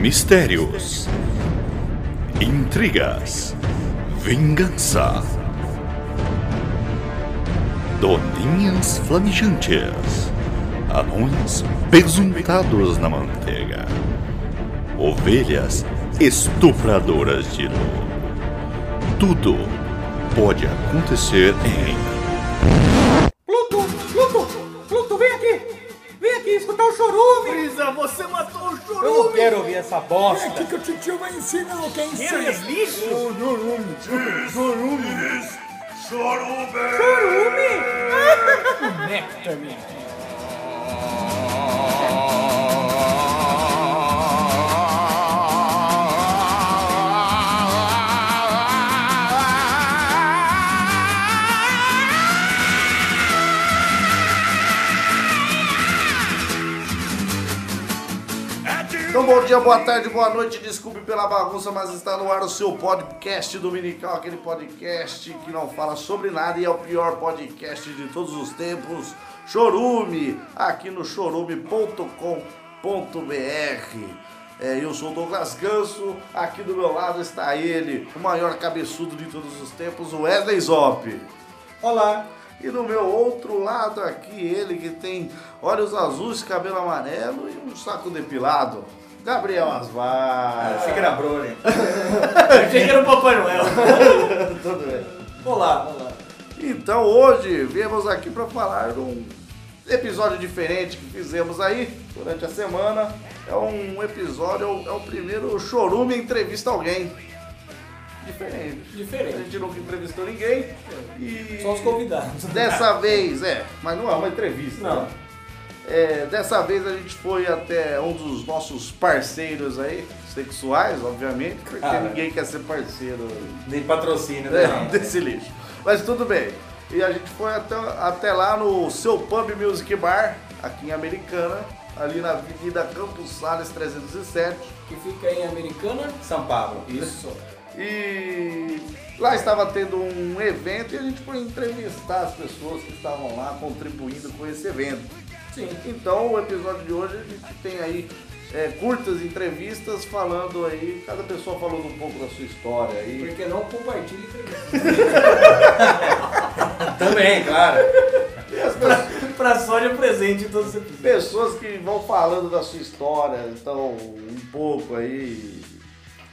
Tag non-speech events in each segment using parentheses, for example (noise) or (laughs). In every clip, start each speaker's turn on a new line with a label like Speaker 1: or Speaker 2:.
Speaker 1: Mistérios, intrigas, vingança, doninhas flamijantes, anões pesuntados na manteiga, ovelhas estupradoras de luz. Tudo pode acontecer em
Speaker 2: Pluto, Pluto, Pluto, vem aqui! Vem aqui escutar o chorume!
Speaker 3: Brisa, você matou o
Speaker 2: Eu não quero ouvir essa bosta!
Speaker 4: Aqui que o titio vai ensinar o que é
Speaker 3: Cheiros
Speaker 4: ensino.
Speaker 3: lixo?
Speaker 2: Chorume!
Speaker 5: Então, bom dia, boa tarde, boa noite. Desculpe pela bagunça, mas está no ar o seu podcast dominical, aquele podcast que não fala sobre nada e é o pior podcast de todos os tempos. Chorume, aqui no chorume.com.br. É, eu sou o Douglas Ganso, aqui do meu lado está ele, o maior cabeçudo de todos os tempos, o Wesley Zop.
Speaker 2: (laughs) Olá!
Speaker 5: E no meu outro lado aqui, ele que tem olhos azuis, cabelo amarelo e um saco depilado. Gabriel Asvar.
Speaker 2: Achei que era (laughs) Brolin.
Speaker 3: Achei que era o Papai
Speaker 2: (laughs)
Speaker 3: Noel.
Speaker 5: Tudo bem.
Speaker 2: Olá, olá.
Speaker 5: Então hoje viemos aqui para falar de um episódio diferente que fizemos aí durante a semana. É um episódio, é o- é o primeiro Chorume entrevista alguém. Diferente. A
Speaker 2: Diferente. É.
Speaker 5: gente nunca entrevistou ninguém. E...
Speaker 2: Só os convidados.
Speaker 5: Dessa vez, é, mas não é uma entrevista.
Speaker 2: Não.
Speaker 5: né? É, dessa vez a gente foi até um dos nossos parceiros aí, sexuais, obviamente, porque
Speaker 2: Cara.
Speaker 5: ninguém quer ser parceiro
Speaker 2: Nem patrocínio,
Speaker 5: né, (laughs) desse lixo. Mas tudo bem. E a gente foi até, até lá no seu Pub Music Bar, aqui em Americana, ali na Avenida Campos Sales 307.
Speaker 2: Que fica em Americana, São Paulo. Isso.
Speaker 5: E lá estava tendo um evento e a gente foi entrevistar as pessoas que estavam lá contribuindo com esse evento.
Speaker 2: Sim.
Speaker 5: Então o episódio de hoje a gente tem aí é, curtas entrevistas falando aí, cada pessoa falando um pouco da sua história aí.
Speaker 2: Porque não compartilha (laughs) entrevista.
Speaker 3: Também, claro.
Speaker 5: E as pe-
Speaker 3: pra Sônia presente em todos os episódios.
Speaker 5: pessoas que vão falando da sua história, então um pouco aí.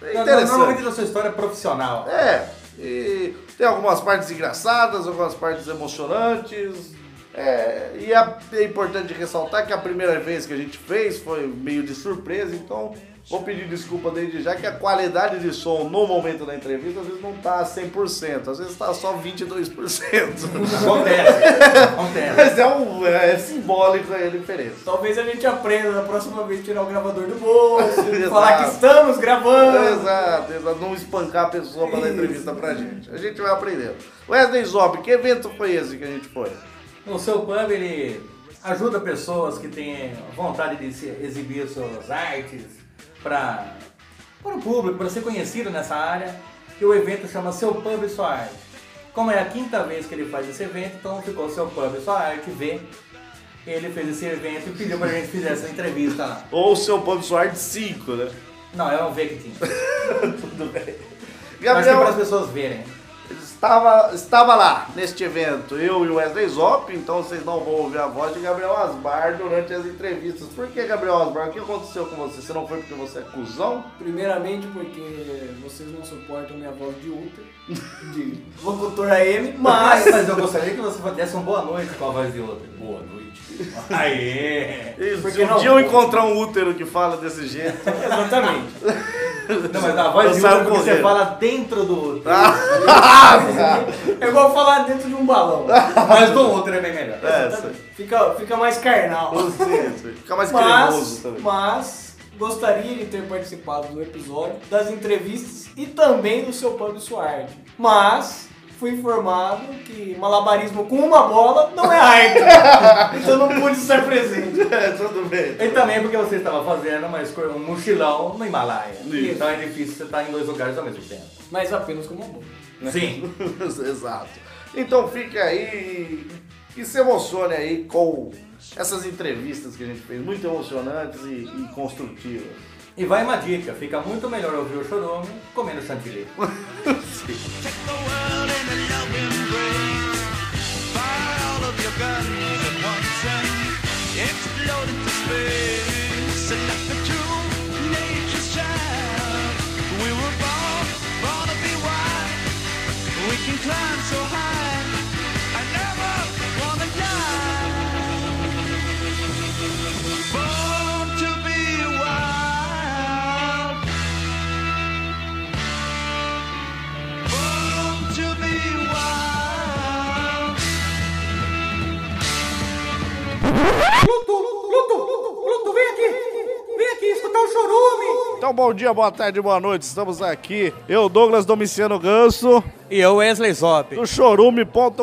Speaker 5: É interessante.
Speaker 2: da sua história profissional.
Speaker 5: É, e tem algumas partes engraçadas, algumas partes emocionantes. É, e a- é importante ressaltar que a primeira vez que a gente fez foi meio de surpresa, então vou pedir desculpa desde já que a qualidade de som no momento da entrevista às vezes não tá 100%, às vezes tá só 22%.
Speaker 3: Acontece. Acontece.
Speaker 5: (laughs) Mas é, um, é simbólico aí a diferença.
Speaker 3: Talvez a gente aprenda na próxima vez tirar o gravador do bolso, falar
Speaker 5: (laughs) Exato.
Speaker 3: que estamos gravando.
Speaker 5: Exato, exato, não espancar a pessoa para dar entrevista pra gente. A gente vai aprendendo. Wesley Zop, que evento foi esse que a gente foi?
Speaker 6: O seu pub ele ajuda pessoas que têm vontade de se exibir suas artes para para o público, para ser conhecido nessa área. E o evento chama Seu Pub e Sua Arte. Como é a quinta vez que ele faz esse evento, então ficou Seu Pub e Sua Arte V. Ele fez esse evento e pediu para a gente fizer essa entrevista lá.
Speaker 5: Ou o seu Bob Sword 5, né? (laughs)
Speaker 6: Não, é um V que tinha. Mas é para as
Speaker 5: Gabriel
Speaker 6: pessoas verem.
Speaker 5: estava, estava lá neste evento, eu e o Wesley Zop, então vocês não vão ouvir a voz de Gabriel Asbar durante as entrevistas. Por que, Gabriel Asbar? O que aconteceu com você? Você não foi porque você é cuzão?
Speaker 7: Primeiramente porque vocês não suportam minha voz de útero. De...
Speaker 3: Locutor AM,
Speaker 6: Mas,
Speaker 3: mas.
Speaker 6: mas eu gostaria que você desse uma boa noite com a voz de outra. Boa noite. Aê!
Speaker 5: E
Speaker 3: Por
Speaker 5: Se
Speaker 3: que
Speaker 5: um
Speaker 3: não?
Speaker 5: dia eu encontrar um útero que fala
Speaker 3: (laughs)
Speaker 5: desse jeito,
Speaker 3: Exatamente.
Speaker 6: Não, mas a
Speaker 5: Eu
Speaker 6: voz de
Speaker 5: saio
Speaker 6: outra que você
Speaker 5: correndo. Ah.
Speaker 6: fala dentro do outro.
Speaker 3: É igual falar dentro de um balão.
Speaker 6: Mas do outro é bem melhor.
Speaker 5: essa.
Speaker 3: Fica, fica mais carnal.
Speaker 5: Fica mais cremoso
Speaker 3: Mas,
Speaker 5: também.
Speaker 3: mas gostaria de ter participado do episódio, das entrevistas e também do seu pub sua arte. Mas fui informado que malabarismo com uma bola não
Speaker 8: (laughs)
Speaker 3: é arte. então não pude estar presente.
Speaker 5: É, (laughs) tudo bem.
Speaker 3: Então,
Speaker 6: E também porque você estava fazendo uma escor- um mochilão no Himalaia. Então é difícil você estar em dois lugares ao mesmo tempo.
Speaker 7: Mas apenas como amor.
Speaker 5: Né?
Speaker 6: Sim.
Speaker 5: (laughs) Exato. Então fique aí e se emocione aí com essas entrevistas que a gente fez, muito emocionantes e, e construtivas.
Speaker 6: E vai uma dica, fica muito melhor ouvir o chorume comendo chantilly.
Speaker 2: Pluto, Pluto, Pluto, vem aqui! Vem aqui escutar o chorume!
Speaker 5: Então, bom dia, boa tarde, boa noite. Estamos aqui. Eu, Douglas Domiciano Ganso,
Speaker 6: E eu, Wesley Zop.
Speaker 5: do chorume.com.br.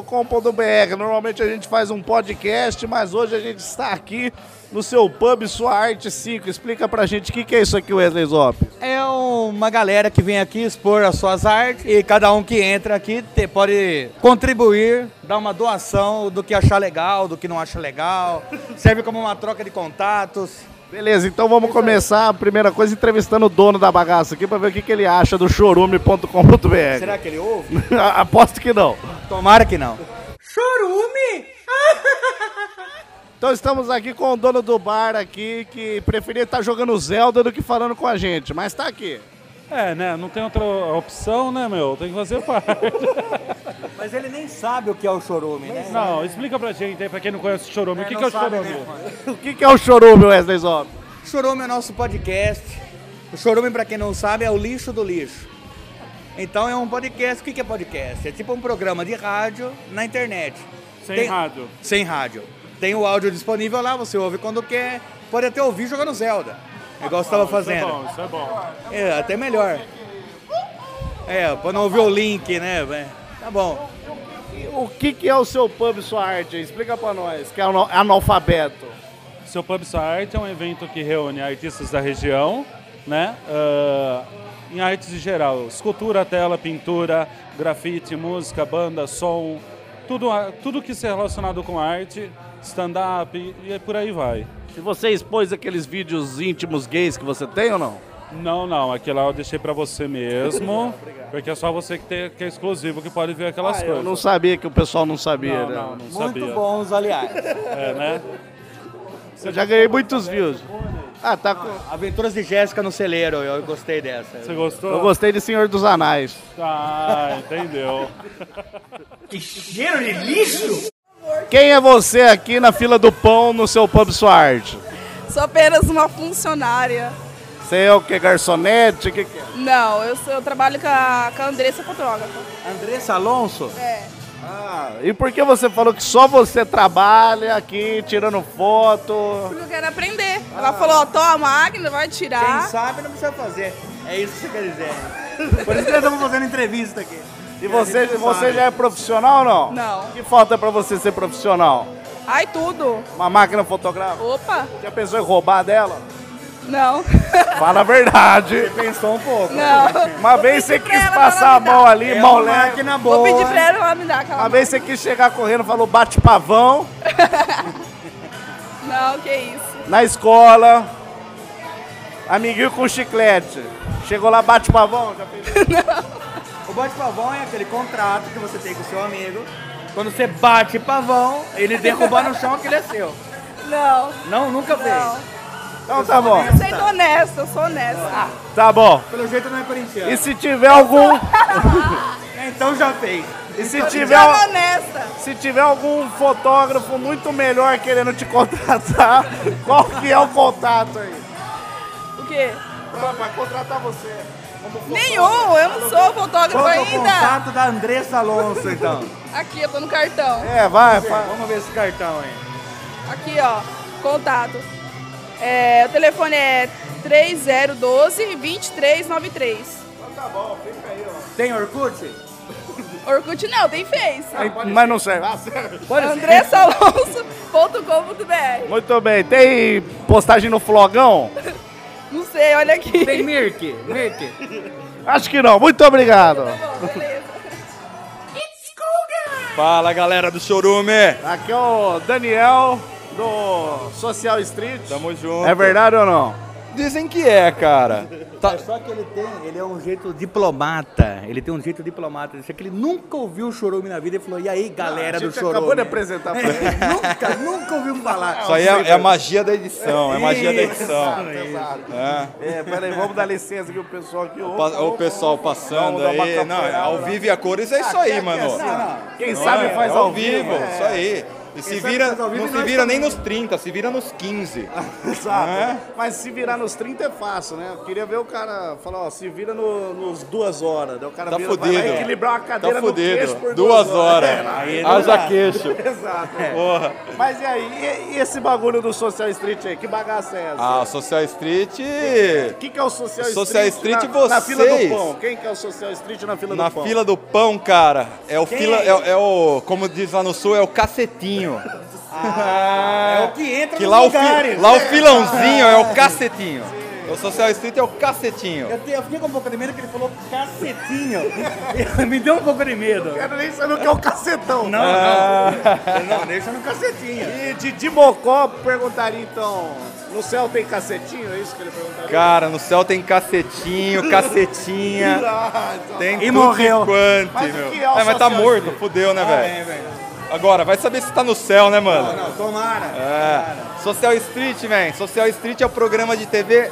Speaker 5: Normalmente a gente faz um podcast, mas hoje a gente está aqui no seu pub Sua Arte 5. Explica pra gente o que, que é isso aqui, Wesley Zop.
Speaker 6: É uma galera que vem aqui expor as suas artes e cada um que entra aqui te- pode contribuir, dar uma doação do que achar legal, do que não acha legal. Serve como uma troca de contatos.
Speaker 5: Beleza, então vamos começar a primeira coisa entrevistando o dono da bagaça aqui pra ver o que, que ele acha do chorume.com.br. (laughs)
Speaker 6: Será que ele ouve?
Speaker 5: Aposto que não.
Speaker 6: Tomara que não.
Speaker 2: Chorume?
Speaker 5: Então estamos aqui com o dono do bar aqui, que preferia estar jogando Zelda do que falando com a gente, mas tá aqui.
Speaker 9: É, né? Não tem outra opção, né, meu? Tem que fazer parte.
Speaker 6: Mas ele nem sabe o que é o chorume, né?
Speaker 9: (laughs) Não, explica pra gente aí, pra quem não conhece o Chorume. o que, que é o Chorume?
Speaker 5: O que, que é o chorume, Wesley Zop?
Speaker 6: Chorume é o nosso podcast. O Chorume, pra quem não sabe, é o lixo do lixo. Então é um podcast. O que que é podcast? É tipo um programa de rádio na internet.
Speaker 9: Sem rádio.
Speaker 6: Sem rádio. Tem o áudio disponível lá, você ouve quando quer. Pode até ouvir jogando Zelda. Igual você estava
Speaker 9: Isso é
Speaker 6: fazendo.
Speaker 9: bom, isso é bom.
Speaker 6: É, até melhor. É, pra não ouvir o link, né? É, Tá bom.
Speaker 5: O que, que é o seu pub, sua arte? Explica pra nós, que é ano- analfabeto.
Speaker 9: Seu Pub Sua Arte é um evento que reúne artistas da região, né? Ah, em artes em geral, escultura, tela, pintura, grafite, música, banda, som, tudo, a- tudo que se é relacionado com arte, stand-up e, e por aí vai.
Speaker 5: E você expôs aqueles vídeos íntimos gays que você tem ou não?
Speaker 9: Não, não, aquele lá eu deixei pra você
Speaker 5: (laughs)
Speaker 9: mesmo, porque é só você que, tem, que é exclusivo que pode ver aquelas coisas.
Speaker 5: Ah, Eu não sabia que o pessoal não sabia, né?
Speaker 9: não, não, sabia.
Speaker 6: bons, aliás.
Speaker 9: É, né?
Speaker 5: Eu já ganhei muitos views. Ah, tá com...
Speaker 6: Aventuras de Jéssica no celeiro, eu gostei dessa.
Speaker 9: Você gostou?
Speaker 5: Eu gostei de Senhor dos Anais.
Speaker 9: Ah, entendeu.
Speaker 5: Quem é você aqui na fila do pão no seu pub sua arte?
Speaker 10: Sou apenas uma funcionária.
Speaker 5: Você é o que? Garçonete? O que, que é?
Speaker 10: Não, eu, sou- eu trabalho com a, com a Andressa fotógrafa.
Speaker 6: Andressa Alonso?
Speaker 10: É.
Speaker 5: Ah, e por que você falou que só você trabalha aqui tirando foto?
Speaker 10: Porque eu quero aprender.
Speaker 5: Ah.
Speaker 10: Ela falou, ó, toma a máquina, vai
Speaker 6: Quem
Speaker 10: tirar.
Speaker 6: sabe não precisa fazer. É isso que você quer dizer. (laughs) Por isso que nós estamos fazendo entrevista aqui.
Speaker 5: E você, você já é profissional ou não?
Speaker 10: Não.
Speaker 5: O que falta pra você ser profissional?
Speaker 10: Ai, tudo.
Speaker 5: Uma máquina fotográfica?
Speaker 10: Opa,
Speaker 5: Já pensou em roubar dela?
Speaker 10: não. (laughs)
Speaker 5: Fala a verdade.
Speaker 6: Pensou um pouco.
Speaker 10: não.
Speaker 5: Uma
Speaker 10: Vou
Speaker 5: vez você
Speaker 10: pedir pra
Speaker 5: quis
Speaker 10: ela
Speaker 5: passar a
Speaker 10: pra ela me
Speaker 5: mão
Speaker 10: dar.
Speaker 5: ali,
Speaker 6: É
Speaker 5: mão
Speaker 6: uma
Speaker 5: leve.
Speaker 6: máquina boa.
Speaker 10: Vou pedir pra ela ela me dar aquela.
Speaker 5: Uma vez você quis chegar correndo, falou bate pavão
Speaker 10: Não, que isso.
Speaker 5: na escola. Amiguinho com chiclete. Chegou lá, bate pavão, já fez
Speaker 6: O bate pavão é aquele contrato que você tem com o seu amigo. Quando você bate pavão, ele derrubar no chão que ele é seu.
Speaker 10: Não,
Speaker 6: Não, nunca fez.
Speaker 10: não.
Speaker 5: Então tá bom,
Speaker 10: Eu sei que é honesta, eu sou honesta.
Speaker 5: tá bom.
Speaker 6: Pelo jeito não é corintiano.
Speaker 5: E se tiver algum.
Speaker 6: Então já fez.
Speaker 5: E se
Speaker 10: Eu
Speaker 5: tiver,
Speaker 10: sou honesta.
Speaker 5: se tiver algum fotógrafo muito melhor querendo te contratar, (laughs) qual que é o contato aí?
Speaker 10: O quê?
Speaker 5: Pra, pra contratar você. como fotógrafo.
Speaker 10: Nenhum, eu não sou fotógrafa
Speaker 6: Qual que é o
Speaker 10: ainda.
Speaker 6: contato da Andressa Alonso, (laughs) então?
Speaker 10: Aqui, eu tô no cartão.
Speaker 5: É, vai, vai.
Speaker 6: Vamos ver esse cartão aí.
Speaker 10: Aqui, ó, contato. É, o telefone é 3012-2393.
Speaker 6: Tem Orkut?
Speaker 10: Orkut não, tem Face.
Speaker 5: Mas não serve. Ah, serve.
Speaker 10: andressalonso.com.br
Speaker 5: Muito bem, tem postagem no flogão?
Speaker 10: Não sei, olha aqui.
Speaker 6: Tem Mirk? Mirk?
Speaker 5: Acho que não. Muito obrigado.
Speaker 10: Bom, beleza.
Speaker 6: Fala, galera do Chorume.
Speaker 5: Aqui é o Daniel do Social Street.
Speaker 6: Tamo junto.
Speaker 5: É verdade ou não?
Speaker 11: Dizem que é, cara. Tá-
Speaker 8: Só que ele tem, ele é um jeito diplomata. Ele tem um jeito diplomata. Isso é que ele nunca ouviu o Chorume na vida e falou: e aí, galera
Speaker 5: a gente
Speaker 8: do Chorume?
Speaker 5: acabou
Speaker 6: né?
Speaker 5: de apresentar
Speaker 6: (laughs)
Speaker 5: pra ele.
Speaker 8: nunca, nunca ouviu falar.
Speaker 11: Isso aí é, é a magia da edição, é a magia da edição.
Speaker 5: Exato, exato.
Speaker 11: Então, É.
Speaker 5: É, peraí, vamos dar licença que o pessoal aqui.
Speaker 11: O pa- O pessoal passando aí. Não, é ao vivo e a cores é isso
Speaker 9: Ah,
Speaker 11: aí, mano.
Speaker 9: assim,
Speaker 5: Quem
Speaker 11: Não
Speaker 5: sabe
Speaker 11: é?
Speaker 5: faz
Speaker 11: É
Speaker 5: ao vivo.
Speaker 11: vivo. Isso aí. E se
Speaker 5: sabe
Speaker 11: vira,
Speaker 5: faz ao vivo
Speaker 11: não
Speaker 5: e
Speaker 11: se
Speaker 5: nós Ah,
Speaker 11: vira nem
Speaker 5: também.
Speaker 11: nos 30, se vira nos 15.
Speaker 5: Exato.
Speaker 11: É?
Speaker 5: Mas se virar nos 30 é fácil, né? Eu queria ver o cara falar, ó, se vira no- nos duas horas. Daí o cara
Speaker 11: Tá
Speaker 5: vira,
Speaker 11: fudido.
Speaker 5: vai lá equilibrar uma cadeira
Speaker 11: Tá
Speaker 5: no queixo
Speaker 11: fudido.
Speaker 5: por
Speaker 11: Duas horas.
Speaker 5: É, lá.
Speaker 11: Aí não Haja dá. queixo.
Speaker 5: Exato.
Speaker 11: (laughs) Porra.
Speaker 5: Mas e aí, e, e esse bagulho do Social Street aí? Que bagaça é essa?
Speaker 11: Ah, Social Street.
Speaker 5: O que, que é o Social Street?
Speaker 11: Social Street,
Speaker 5: na, na fila do
Speaker 11: vocês.
Speaker 5: pão. Quem que é o Social Street na fila
Speaker 11: Na
Speaker 5: do pão?
Speaker 11: fila do pão, cara, é o
Speaker 5: Quem
Speaker 11: fila,
Speaker 5: é
Speaker 11: é, o- é o, como diz lá no sul, é o cacetinho.
Speaker 8: É o que entra
Speaker 11: Que
Speaker 8: nos
Speaker 11: lá o, fi-
Speaker 8: lugares.
Speaker 11: lá o filãozinho é o cacetinho. O Social Street é o cacetinho.
Speaker 8: Eu, te- eu fiquei com um pouco de medo que ele falou cacetinho. (laughs) Me deu um pouco de medo.
Speaker 5: Quero nem saber o que é o cacetão. Ah.
Speaker 8: Não, não. Não, deixa no cacetinho.
Speaker 5: E Didi Mocó perguntaria então: no céu tem cacetinho? É isso que ele perguntaria?
Speaker 11: Cara, no céu tem cacetinho, cacetinha.
Speaker 5: (laughs) Ah, então-
Speaker 11: Tem
Speaker 5: E
Speaker 11: tudo
Speaker 5: morreu.
Speaker 11: Quanto,
Speaker 5: Mas o
Speaker 11: meu.
Speaker 5: que é o
Speaker 11: mas tá
Speaker 5: Social
Speaker 11: morto,
Speaker 5: Street?
Speaker 11: fudeu, né,
Speaker 8: Ah, é,
Speaker 11: velho? Agora, vai saber se tá no céu, né, mano?
Speaker 8: Não, tomara.
Speaker 11: É. Social Street, man. Social Street é o programa de TV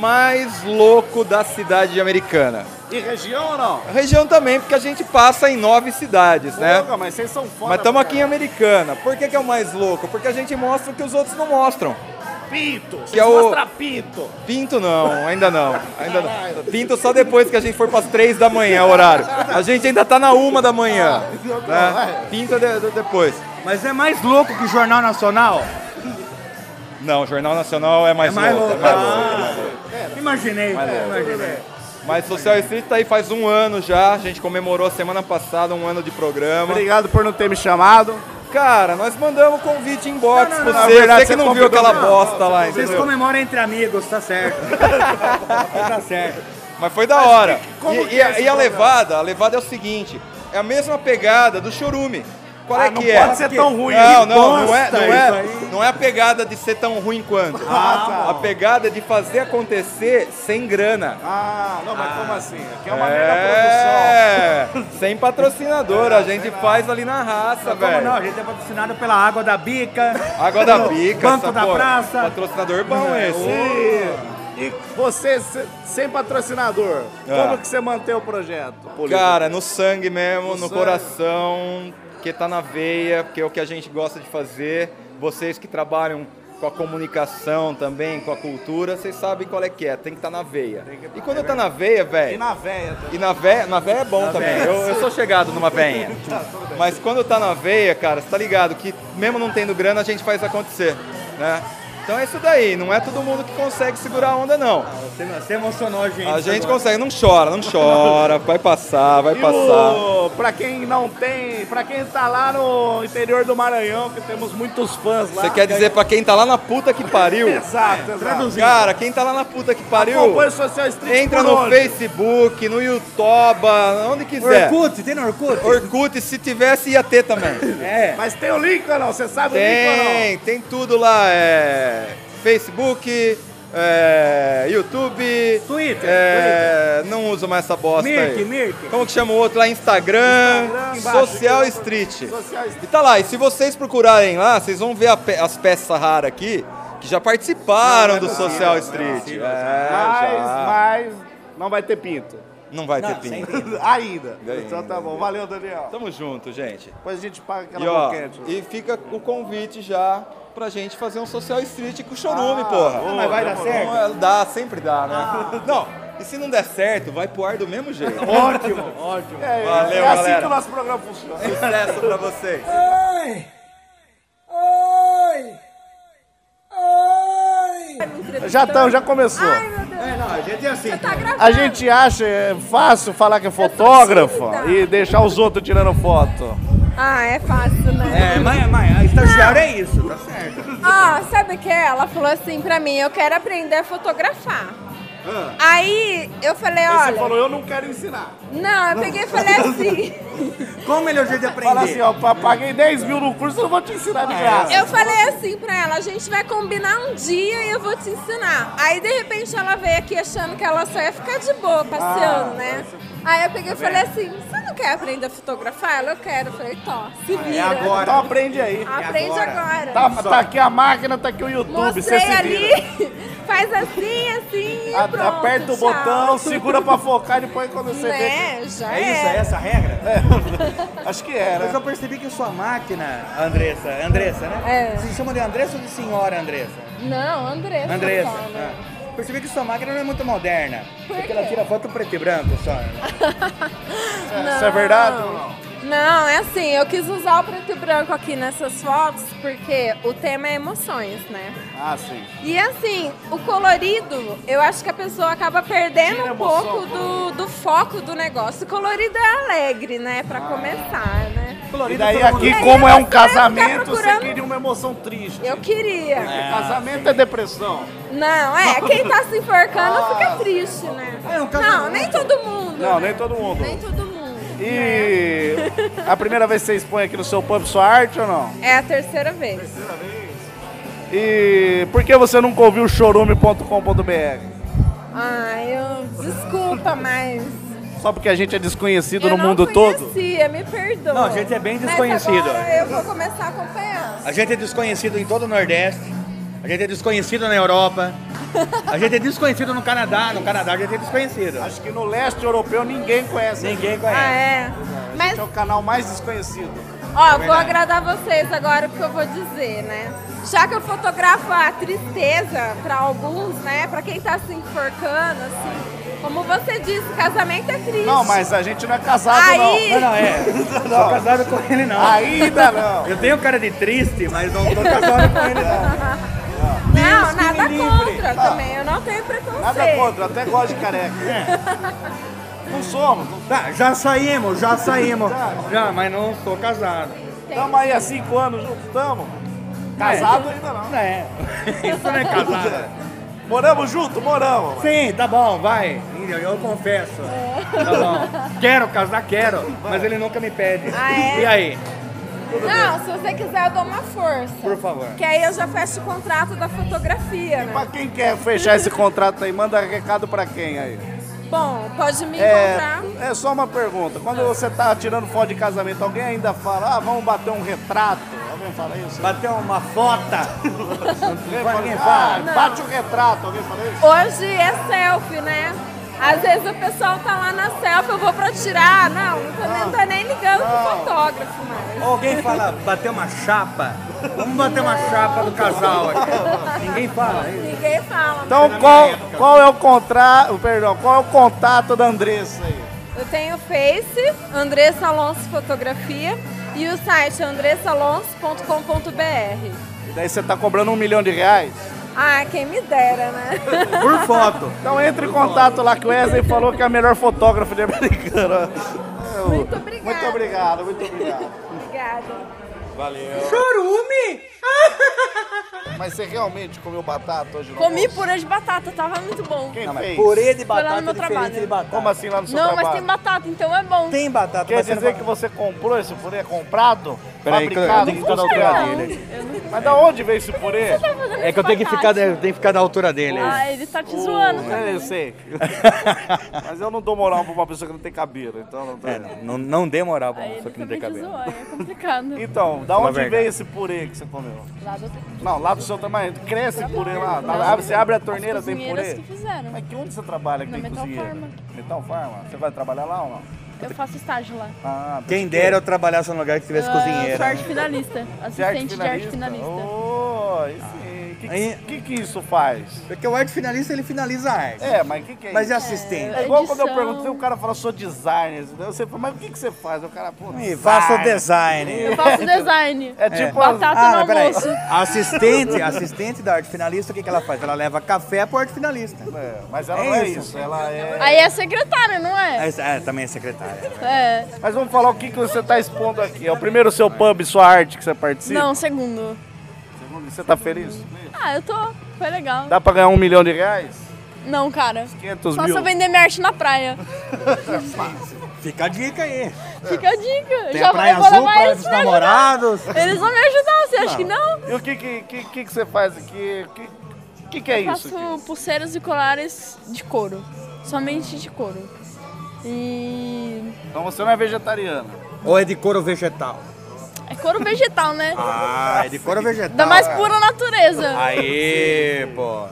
Speaker 11: mais louco da cidade americana.
Speaker 5: E região ou não?
Speaker 11: A região também, porque a gente passa em nove cidades, né?
Speaker 5: Porra, mas vocês são foda.
Speaker 11: Mas estamos aqui em Americana. Por que, que é o mais louco? Porque a gente mostra o que os outros não mostram.
Speaker 5: cara. Pinto! Vocês
Speaker 11: Que é o-
Speaker 5: mostram pinto!
Speaker 11: Pinto não, ainda não. Ainda não. Pinto só depois que a gente for para as três da manhã, o horário. A gente ainda tá na uma da manhã. Né? Pinto é de- de- depois.
Speaker 8: Mas é mais louco que o Jornal Nacional?
Speaker 11: Não, o Jornal Nacional é mais, louco. é mais louco.
Speaker 9: é,
Speaker 8: Ah, Imaginei,
Speaker 11: louco. é
Speaker 8: imaginei.
Speaker 11: Mas Social Street tá aí faz um ano já, a gente comemorou semana passada um ano de programa.
Speaker 5: Obrigado por não ter me chamado.
Speaker 11: Cara, nós mandamos convite inbox
Speaker 8: Não, não,
Speaker 11: pra
Speaker 8: não,
Speaker 11: você,
Speaker 5: na verdade,
Speaker 11: você que
Speaker 5: você
Speaker 11: não viu
Speaker 5: convidou-
Speaker 11: aquela
Speaker 5: não,
Speaker 11: bosta lá,
Speaker 8: Vocês
Speaker 11: entendeu?
Speaker 8: comemoram entre amigos, tá
Speaker 11: (laughs)
Speaker 8: certo. tá certo.
Speaker 11: Mas foi da hora.
Speaker 5: como
Speaker 11: E,
Speaker 5: que
Speaker 11: e a-
Speaker 5: é esse
Speaker 11: e a
Speaker 5: programa?
Speaker 11: levada, a levada é o seguinte, é a mesma pegada do Chorume. Qual é
Speaker 9: Ah,
Speaker 5: não
Speaker 11: que é?
Speaker 5: pode ser tão ruim.
Speaker 11: Não, não,
Speaker 5: hein?
Speaker 11: não é,
Speaker 8: bosta
Speaker 11: não é,
Speaker 8: isso aí.
Speaker 11: não é a pegada de ser tão ruim quanto.
Speaker 5: Ah, tá.
Speaker 11: A pegada é de fazer acontecer sem grana.
Speaker 5: Ah, não, mas como assim? Aqui é uma mega
Speaker 11: É, sem patrocinador, a gente faz ali na raça,
Speaker 8: Como não?
Speaker 11: velho.
Speaker 8: A gente é patrocinado pela Água da Bica.
Speaker 11: Água da
Speaker 8: pelo
Speaker 11: Bica,
Speaker 8: Banco
Speaker 11: essa
Speaker 8: da
Speaker 11: porra.
Speaker 8: Praça.
Speaker 11: Patrocinador bom
Speaker 8: É,
Speaker 11: esse.
Speaker 5: produção. E você se- sem patrocinador,
Speaker 11: Ah.
Speaker 5: como que você mantém o projeto? político?
Speaker 11: Cara, é no sangue mesmo, no,
Speaker 5: sangue.
Speaker 11: coração, que tá na veia, porque é o que a gente gosta de fazer. Vocês que trabalham com a comunicação também, com a cultura, vocês sabem qual é que é, tem que estar na veia. E quando tá na veia,
Speaker 5: E
Speaker 11: velho,
Speaker 5: na véia também.
Speaker 11: E na véia, na véia é bom também.
Speaker 8: véia.
Speaker 11: Eu, eu sou chegado numa veinha. Mas quando tá na veia, cara, você tá ligado que mesmo não tendo grana, a gente faz acontecer, né? Então é isso daí, não é todo mundo que consegue segurar a onda, não.
Speaker 8: Você, você emocionou a gente.
Speaker 11: A gente
Speaker 8: agora.
Speaker 11: consegue, não chora, não chora, vai passar, vai
Speaker 5: E
Speaker 11: passar.
Speaker 5: o- pra quem não tem, pra quem tá lá no interior do Maranhão, que temos muitos fãs lá.
Speaker 11: Você quer dizer pra quem tá lá na puta que pariu? É.
Speaker 5: Exato, exato.
Speaker 11: Cara, quem tá lá na puta que pariu,
Speaker 5: Acompanha o Social Street
Speaker 11: entra
Speaker 5: por
Speaker 11: no
Speaker 5: onde?
Speaker 11: Facebook, no Youtuba, onde quiser.
Speaker 8: Orkut, tem no Orkut?
Speaker 11: Orkut, se tivesse, ia ter também.
Speaker 8: É.
Speaker 5: Mas tem o link ou não? Você sabe o link ou não?
Speaker 11: Tem, tem tudo lá. É Facebook, é YouTube.
Speaker 8: Twitter,
Speaker 11: é, Não uso mais essa bosta
Speaker 8: Mirk,
Speaker 11: aí.
Speaker 8: Mirk.
Speaker 11: Como que chama o outro lá? Instagram,
Speaker 5: Instagram, embaixo,
Speaker 11: Social
Speaker 5: aqui,
Speaker 11: Street.
Speaker 5: Social Street.
Speaker 11: E tá lá. E se vocês procurarem lá, vocês vão ver a pe- as peças raras aqui que já participaram do Social Street. É, já.
Speaker 5: Mas, mas não vai ter pinto. (laughs)
Speaker 11: Não vai ter
Speaker 8: Não, sem
Speaker 11: pinta.
Speaker 5: Ainda.
Speaker 11: Ainda.
Speaker 5: Então tá bom. Valeu, Daniel.
Speaker 11: Tamo junto, gente.
Speaker 5: Depois a gente paga aquela
Speaker 11: E, ó,
Speaker 5: boquete.
Speaker 11: e fica o convite já pra gente fazer um social street com o chorume, porra.
Speaker 5: ah, mas vai dar
Speaker 11: Não,
Speaker 5: certo? Ah.
Speaker 11: é, dá, sempre dá, né? (laughs) Não, e se não der certo, vai pro ar do mesmo
Speaker 5: (laughs)
Speaker 11: jeito. Um
Speaker 5: Ótimo, ótimo. É,
Speaker 11: Valeu,
Speaker 5: é assim
Speaker 11: galera.
Speaker 5: que o nosso programa funciona.
Speaker 11: Sucesso pra vocês.
Speaker 4: Ai! Ai! Ai!
Speaker 5: Já tão, já começou.
Speaker 10: Ai, meu Deus.
Speaker 8: É, não, a gente é assim.
Speaker 10: Já tá gravando.
Speaker 5: A gente acha é fácil falar que é fotógrafo e deixar os outros tirando foto.
Speaker 10: Ah, é fácil, né?
Speaker 8: É, mas, mas
Speaker 6: Ah,
Speaker 8: a estagiária é isso, tá certo.
Speaker 10: Ah, sabe o que é? Ela falou assim pra mim, eu quero aprender a fotografar.
Speaker 5: Ah.
Speaker 10: Aí eu falei,
Speaker 5: Aí
Speaker 10: olha.
Speaker 5: Você falou, eu não quero ensinar.
Speaker 10: Não, eu peguei
Speaker 5: (laughs)
Speaker 10: e falei assim.
Speaker 6: Como ele é o jeito de aprender?
Speaker 5: Fala assim, ó, pa- paguei 10 mil no curso, eu não vou te ensinar de graça.
Speaker 10: Eu falei assim pra ela, a gente vai combinar um dia e eu vou te ensinar. Aí de repente ela veio aqui achando que ela só ia ficar de boa passeando,
Speaker 5: Ah,
Speaker 10: né? Aí eu peguei e falei assim, você não quer aprender a fotografar? Ela, eu quero. Eu falei, tó, se vira.
Speaker 5: Então aprende aí.
Speaker 10: Aprende agora.
Speaker 5: Tá, tá aqui a máquina, tá aqui o YouTube, você
Speaker 10: Mostrei
Speaker 5: se
Speaker 10: ali,
Speaker 5: vira.
Speaker 10: (laughs) faz assim, assim e
Speaker 5: A-
Speaker 10: pronto,
Speaker 5: aperta o
Speaker 10: tchau.
Speaker 5: botão, segura pra focar e depois quando você
Speaker 10: Né?
Speaker 5: vê.
Speaker 10: Já É isso, é. é
Speaker 6: essa a regra?
Speaker 5: Acho que era.
Speaker 6: Eu só percebi que sua máquina, Andressa, Andressa, né?
Speaker 10: É.
Speaker 6: Se chama de Andressa ou de senhora Andressa?
Speaker 10: Não, Andressa.
Speaker 6: Andressa.
Speaker 10: só, né?
Speaker 6: ah. Percebi que sua máquina não é muito moderna.
Speaker 10: Por
Speaker 6: porque ela
Speaker 10: quê?
Speaker 6: tira foto preto e branco só. né?
Speaker 10: (laughs) Não.
Speaker 5: Isso é verdade ou não?
Speaker 10: Não, é assim, eu quis usar o preto e branco aqui nessas fotos porque o tema é emoções, né?
Speaker 5: Ah, sim.
Speaker 10: E assim, o colorido, eu acho que a pessoa acaba perdendo
Speaker 5: Tira a
Speaker 10: um
Speaker 5: emoção, né?
Speaker 10: pouco do, do foco do negócio. O colorido é alegre, né?
Speaker 5: Ah.
Speaker 10: Pra começar, né?
Speaker 5: E daí
Speaker 10: todo mundo-
Speaker 5: aqui,
Speaker 10: E aí
Speaker 5: como é um
Speaker 10: você fica
Speaker 5: casamento, você
Speaker 10: procurando-
Speaker 5: queria uma emoção triste.
Speaker 10: Eu queria.
Speaker 5: Casamento é depressão.
Speaker 10: Não, é, quem tá se enforcando fica triste, né? não, nem todo mundo.
Speaker 5: Não,
Speaker 10: né?
Speaker 5: nem todo mundo.
Speaker 10: Nem todo mundo. né?
Speaker 5: E a primeira vez que você expõe aqui no seu pub sua arte ou não?
Speaker 10: É a terceira vez.
Speaker 5: E por que você nunca ouviu chorume.com.br?
Speaker 10: Ah, eu. Desculpa, mas.
Speaker 5: Só porque a gente é desconhecido
Speaker 10: eu
Speaker 5: no mundo
Speaker 10: não
Speaker 5: todo?
Speaker 10: conhecia, me perdoa.
Speaker 6: Não, a gente é bem
Speaker 10: Mas
Speaker 6: desconhecido.
Speaker 10: agora eu vou começar a acompanhar.
Speaker 6: A gente é desconhecido em todo o Nordeste. A gente é desconhecido na Europa. A gente é desconhecido no Canadá. No Canadá a gente é desconhecido.
Speaker 5: Acho que no leste europeu ninguém conhece.
Speaker 6: Ninguém
Speaker 10: Ah,
Speaker 6: conhece.
Speaker 10: é. Mas,
Speaker 5: É o canal mais desconhecido.
Speaker 10: ó, vou
Speaker 6: verdade.
Speaker 10: agradar vocês agora porque eu vou dizer, né? Já que eu fotografo a tristeza pra alguns, né? Pra quem tá se enforcando, assim. Como você disse, casamento é triste.
Speaker 5: Não, mas a gente não é casado,
Speaker 10: Aí-
Speaker 6: Não, não, é. Não sou casado com ele, não.
Speaker 5: Ainda
Speaker 6: (laughs)
Speaker 5: não.
Speaker 6: Eu tenho cara de triste, mas não tô casado com ele, não.
Speaker 10: Não,
Speaker 6: Deus que
Speaker 10: nada
Speaker 6: me
Speaker 10: contra também. Eu não tenho preconceito.
Speaker 5: não. Nada contra, eu até gosto de careca. Não somos. não-
Speaker 6: É. Tá, já saímos, já saímos. Já, mas não sou casado.
Speaker 5: Tamo aí há cinco anos juntos, tamo. Casado ainda não.
Speaker 6: É. Isso É. não é casado.
Speaker 5: (laughs) Moramos junto? Moramos.
Speaker 6: Sim, tá bom, vai. Eu, eu confesso.
Speaker 10: É.
Speaker 6: Tá
Speaker 10: (laughs)
Speaker 6: bom. Quero casar, quero. Mas ele nunca me pede.
Speaker 10: Ah, é?
Speaker 6: E aí?
Speaker 10: Não, se você quiser, eu dou uma força.
Speaker 6: Por favor.
Speaker 10: Que aí eu já fecho o contrato da fotografia, né?
Speaker 5: Pra quem quer fechar esse contrato aí, manda recado pra quem aí?
Speaker 10: Bom, pode me
Speaker 5: É,
Speaker 10: encontrar.
Speaker 5: é só uma pergunta. Quando você tá tirando foto de casamento, alguém ainda fala, ah, vamos bater um retrato? Alguém fala isso?
Speaker 6: Bateu uma fota.
Speaker 5: Alguém
Speaker 6: vai
Speaker 5: fala,
Speaker 6: ninguém
Speaker 5: "Ah,
Speaker 6: fala."
Speaker 5: bate um retrato, alguém fala isso?
Speaker 10: Hoje é selfie, né? Às vezes o pessoal tá lá na selfie, eu vou pra tirar. Não, não tô, não tô nem ligando pro fotógrafo mais.
Speaker 6: Alguém fala, bateu uma chapa. Vamos bater uma chapa
Speaker 8: é.
Speaker 6: do Um casal aqui. Ninguém fala. hein?
Speaker 10: Ninguém fala.
Speaker 5: Então qual, qual é o contrato, perdão, qual é o contato da Andressa aí?
Speaker 10: Eu tenho o Face, Andressa Alonso Fotografia, e o site andressalonso.com.br.
Speaker 5: E daí você tá cobrando um milhão de reais?
Speaker 10: Ah, quem me
Speaker 5: (laughs)
Speaker 10: dera, né?
Speaker 6: Por foto.
Speaker 5: Então entre em contato lá que o Wesley falou que é o melhor fotógrafo de americano. (laughs)
Speaker 10: Muito obrigada.
Speaker 5: Muito obrigado, muito obrigado.
Speaker 10: Obrigada.
Speaker 5: Valeu.
Speaker 12: Chorume!
Speaker 5: Mas você realmente comeu batata hoje no
Speaker 10: Comi
Speaker 5: almoço?
Speaker 10: purê de batata, tava muito bom.
Speaker 5: Quem
Speaker 6: Não, mas
Speaker 5: fez?
Speaker 6: purê de
Speaker 10: Foi lá
Speaker 6: batata
Speaker 10: no meu
Speaker 6: é diferente
Speaker 10: trabalho.
Speaker 6: de batata.
Speaker 5: Como assim lá no seu
Speaker 10: Não, mas
Speaker 5: trabalho?
Speaker 10: tem batata, então é bom.
Speaker 6: Tem batata.
Speaker 5: Quer
Speaker 6: mas você não
Speaker 5: dizer
Speaker 6: vai-
Speaker 5: que você comprou esse purê? É comprado?
Speaker 6: Peraí, que eu- eu
Speaker 5: fabricado?
Speaker 6: tenho que ficar na
Speaker 10: Não,
Speaker 6: altura
Speaker 10: eu
Speaker 6: dele.
Speaker 10: não-
Speaker 5: Mas da onde veio esse purê?
Speaker 6: É que eu tenho que ficar, eu tenho que ficar da altura dele.
Speaker 10: Ah, ele tá te zoando
Speaker 5: É,
Speaker 10: também.
Speaker 5: eu
Speaker 6: (laughs)
Speaker 5: sei. Mas eu não dou moral pra uma pessoa que não tem cabelo, então não tô...
Speaker 6: É, não, não dê moral pra
Speaker 10: Aí
Speaker 6: uma
Speaker 10: ele
Speaker 6: pessoa que
Speaker 10: fica
Speaker 6: não tem
Speaker 10: bem te
Speaker 6: cabelo.
Speaker 10: zoando, é complicado.
Speaker 5: Então, da
Speaker 6: Fala a
Speaker 5: onde
Speaker 6: verdade.
Speaker 5: veio esse purê que você comeu?
Speaker 10: Lá do outro-
Speaker 5: Não, lá do seu tamanho. Cresce purê lá. Lá- Ah, tá. abre- Você abre a torneira,
Speaker 10: as
Speaker 5: tem
Speaker 10: cozinheiras
Speaker 5: purê.
Speaker 10: que fizeram.
Speaker 5: Mas que onde você trabalha que
Speaker 10: Na
Speaker 5: tem
Speaker 10: Metal
Speaker 5: cozinheiro?
Speaker 10: Pharma.
Speaker 5: Metal Pharma? Você vai trabalhar lá ou não?
Speaker 10: Eu faço estágio lá.
Speaker 5: Ah,
Speaker 6: Quem dera eu trabalhasse num lugar que tivesse
Speaker 12: Ah,
Speaker 10: Eu
Speaker 6: cozinheiro.
Speaker 10: sou arte
Speaker 5: de
Speaker 10: finalista,
Speaker 5: é arte
Speaker 10: assistente de arte
Speaker 5: finalista.
Speaker 10: finalista.
Speaker 5: Oh, aí sim. O que,
Speaker 6: Aí-
Speaker 5: que, que isso faz?
Speaker 6: Porque o arte finalista, ele finaliza a arte.
Speaker 5: É, mas o que, que é
Speaker 6: Mas
Speaker 5: isso?
Speaker 6: e assistente?
Speaker 5: É igual quando eu
Speaker 10: Edição.
Speaker 5: perguntei, o cara falou, sou designer. entendeu? Você fala, mas o que, que você faz? O cara, pô,
Speaker 6: Me faça o design.
Speaker 10: Eu faço design.
Speaker 5: (laughs) É tipo as-
Speaker 10: Batata no
Speaker 6: Ah, mas peraí.
Speaker 10: almoço.
Speaker 6: A assistente, a assistente da arte finalista, o que, que ela faz? Ela leva café pro arte finalista.
Speaker 5: É, mas ela
Speaker 6: É
Speaker 5: não é
Speaker 6: isso.
Speaker 5: isso, ela é...
Speaker 10: Aí é secretária, não é?
Speaker 6: Mas, É, também é secretária.
Speaker 10: É.
Speaker 5: Mas vamos falar o que, que você está expondo aqui. É o primeiro seu pub, sua arte que você participa?
Speaker 10: Não, segundo.
Speaker 5: Segundo, Você está feliz?
Speaker 10: Ah, eu tô. Foi legal.
Speaker 5: Dá para ganhar um milhão de reais?
Speaker 12: Não, cara.
Speaker 5: 500
Speaker 12: Só
Speaker 5: mil.
Speaker 12: se eu vender minha arte na praia.
Speaker 6: Fica a dica aí.
Speaker 5: É.
Speaker 12: Fica a dica.
Speaker 6: Tem
Speaker 12: Já
Speaker 6: a Praia
Speaker 12: eu vou
Speaker 6: Azul,
Speaker 12: levar
Speaker 6: Praia
Speaker 12: eles
Speaker 6: dos
Speaker 12: pra ajudar.
Speaker 6: Namorados.
Speaker 12: (laughs) Eles vão me ajudar, você acha que não?
Speaker 5: E o que que, que, que que você faz aqui? O que, que, que é
Speaker 12: eu
Speaker 5: isso?
Speaker 12: faço pulseiras e colares de couro. Somente de couro. E.
Speaker 5: Então você não é vegetariana.
Speaker 6: Ou é de couro vegetal?
Speaker 12: É couro vegetal, né?
Speaker 6: Ah, é Ah, de couro vegetal.
Speaker 12: da mais pura natureza.
Speaker 6: Aí, pô.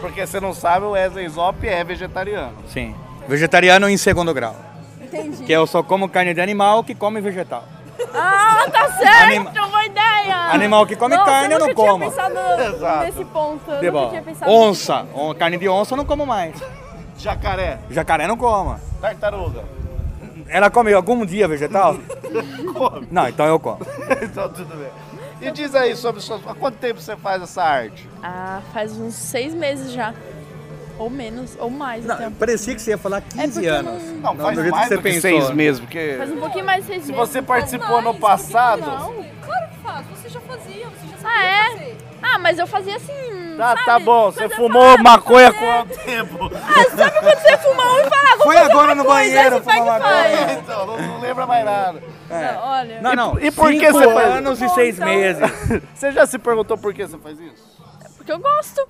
Speaker 5: Porque você não sabe, o Wesley Zop é vegetariano.
Speaker 6: Sim. Vegetariano em segundo grau.
Speaker 12: Entendi.
Speaker 6: Que eu só como carne de animal que come vegetal.
Speaker 12: Ah, tá certo!
Speaker 6: Anima-
Speaker 12: Boa ideia!
Speaker 6: Animal que come
Speaker 12: Nossa,
Speaker 6: carne, eu não
Speaker 12: nunca tinha
Speaker 6: como.
Speaker 12: pensado
Speaker 6: Exato.
Speaker 12: nesse ponto. Eu
Speaker 6: De
Speaker 12: nunca
Speaker 6: bom.
Speaker 12: tinha pensado
Speaker 6: Onça. On- Carne de onça eu não como mais.
Speaker 5: Jacaré,
Speaker 6: Jacaré não coma.
Speaker 5: tartaruga. (laughs)
Speaker 6: Ela come algum dia vegetal?
Speaker 5: Come.
Speaker 6: Não, então eu como.
Speaker 5: então tudo bem. E diz aí sobre suas. Há quanto tempo você faz essa arte?
Speaker 12: Ah, faz uns seis meses já. Ou menos, ou mais. até.
Speaker 6: Parecia que você ia falar
Speaker 12: É
Speaker 6: 15 anos.
Speaker 5: Não, faz mais do que seis meses, porque.
Speaker 12: Faz um pouquinho mais de seis
Speaker 5: Se
Speaker 12: meses.
Speaker 5: você participou ano passado.
Speaker 12: Claro que faz, você já fazia, você já sabia ah, é? Ah, mas eu fazia assim,
Speaker 5: Tá,
Speaker 12: sabe?
Speaker 5: tá bom, você
Speaker 12: Coisa
Speaker 5: fumou
Speaker 12: fácil,
Speaker 5: maconha
Speaker 12: fazer.
Speaker 5: (laughs) quanto tempo?
Speaker 12: Ah, é, sabe quando você fuma um e fala, vou
Speaker 6: Foi
Speaker 12: fazer
Speaker 6: agora
Speaker 12: uma
Speaker 6: no
Speaker 12: coisa,
Speaker 6: banheiro
Speaker 12: aí você faz
Speaker 6: fumar
Speaker 12: e faz.
Speaker 5: (laughs)
Speaker 6: maconha.
Speaker 5: Então, não, não lembra mais nada.
Speaker 6: É.
Speaker 12: Não, olha.
Speaker 6: Não, não.
Speaker 5: E por que
Speaker 6: Cinco
Speaker 5: você faz-
Speaker 6: anos e seis
Speaker 12: Então-
Speaker 6: meses.
Speaker 5: Você já se perguntou por que você faz isso?
Speaker 12: Porque eu gosto.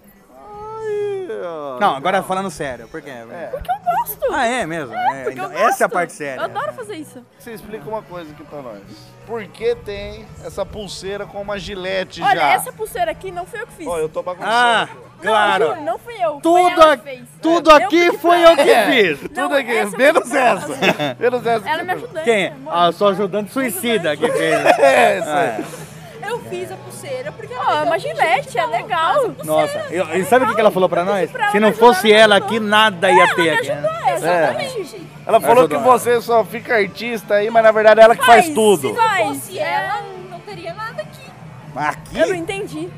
Speaker 6: Não, agora falando sério, por quê?
Speaker 12: Porque eu gosto.
Speaker 6: Ah, é mesmo? É,
Speaker 12: Porque eu
Speaker 6: então, essa é a
Speaker 12: gosto.
Speaker 6: parte
Speaker 12: Eu
Speaker 6: séria.
Speaker 12: adoro fazer isso.
Speaker 5: Você explica uma coisa aqui pra nós. Por que tem essa pulseira com uma gilete
Speaker 12: Olha,
Speaker 5: já?
Speaker 12: essa pulseira aqui não fui eu que fiz.
Speaker 5: Ó, eu tô bagunçando.
Speaker 6: Ah,
Speaker 12: Não,
Speaker 6: claro.
Speaker 12: juro, não fui eu. foi
Speaker 6: Tudo,
Speaker 12: ela
Speaker 6: a-
Speaker 12: que fez.
Speaker 6: tudo
Speaker 12: É, eu
Speaker 6: aqui
Speaker 12: que
Speaker 6: foi
Speaker 12: fiz.
Speaker 6: eu que fiz.
Speaker 12: Não,
Speaker 5: Tudo aqui,
Speaker 12: essa foi
Speaker 5: menos
Speaker 12: eu que
Speaker 5: essa.
Speaker 12: fiz.
Speaker 5: Menos essa.
Speaker 12: Ela me ajudante.
Speaker 6: Quem?
Speaker 12: amor.
Speaker 6: Ah, sou ajudante suicida que
Speaker 12: (laughs)
Speaker 6: fez.
Speaker 5: É, isso aí.
Speaker 13: Eu fiz a pulseira porque
Speaker 12: Ó, é
Speaker 13: ela
Speaker 12: uma gilete, é legal.
Speaker 6: Nossa, eu- e sabe o que que ela falou pra nós?
Speaker 12: pra ela
Speaker 6: Se
Speaker 12: me
Speaker 6: não
Speaker 12: ajudar,
Speaker 6: fosse
Speaker 12: ela
Speaker 6: ela aqui, nada ia ter aqui. né?
Speaker 12: É, exatamente.
Speaker 5: Ela falou
Speaker 6: Ajudou
Speaker 5: que
Speaker 6: ela.
Speaker 5: você só fica artista aí, mas na verdade é ela que faz tudo.
Speaker 12: Faz.
Speaker 13: Se ela não teria nada aqui.
Speaker 6: Aqui?
Speaker 12: Eu não entendi.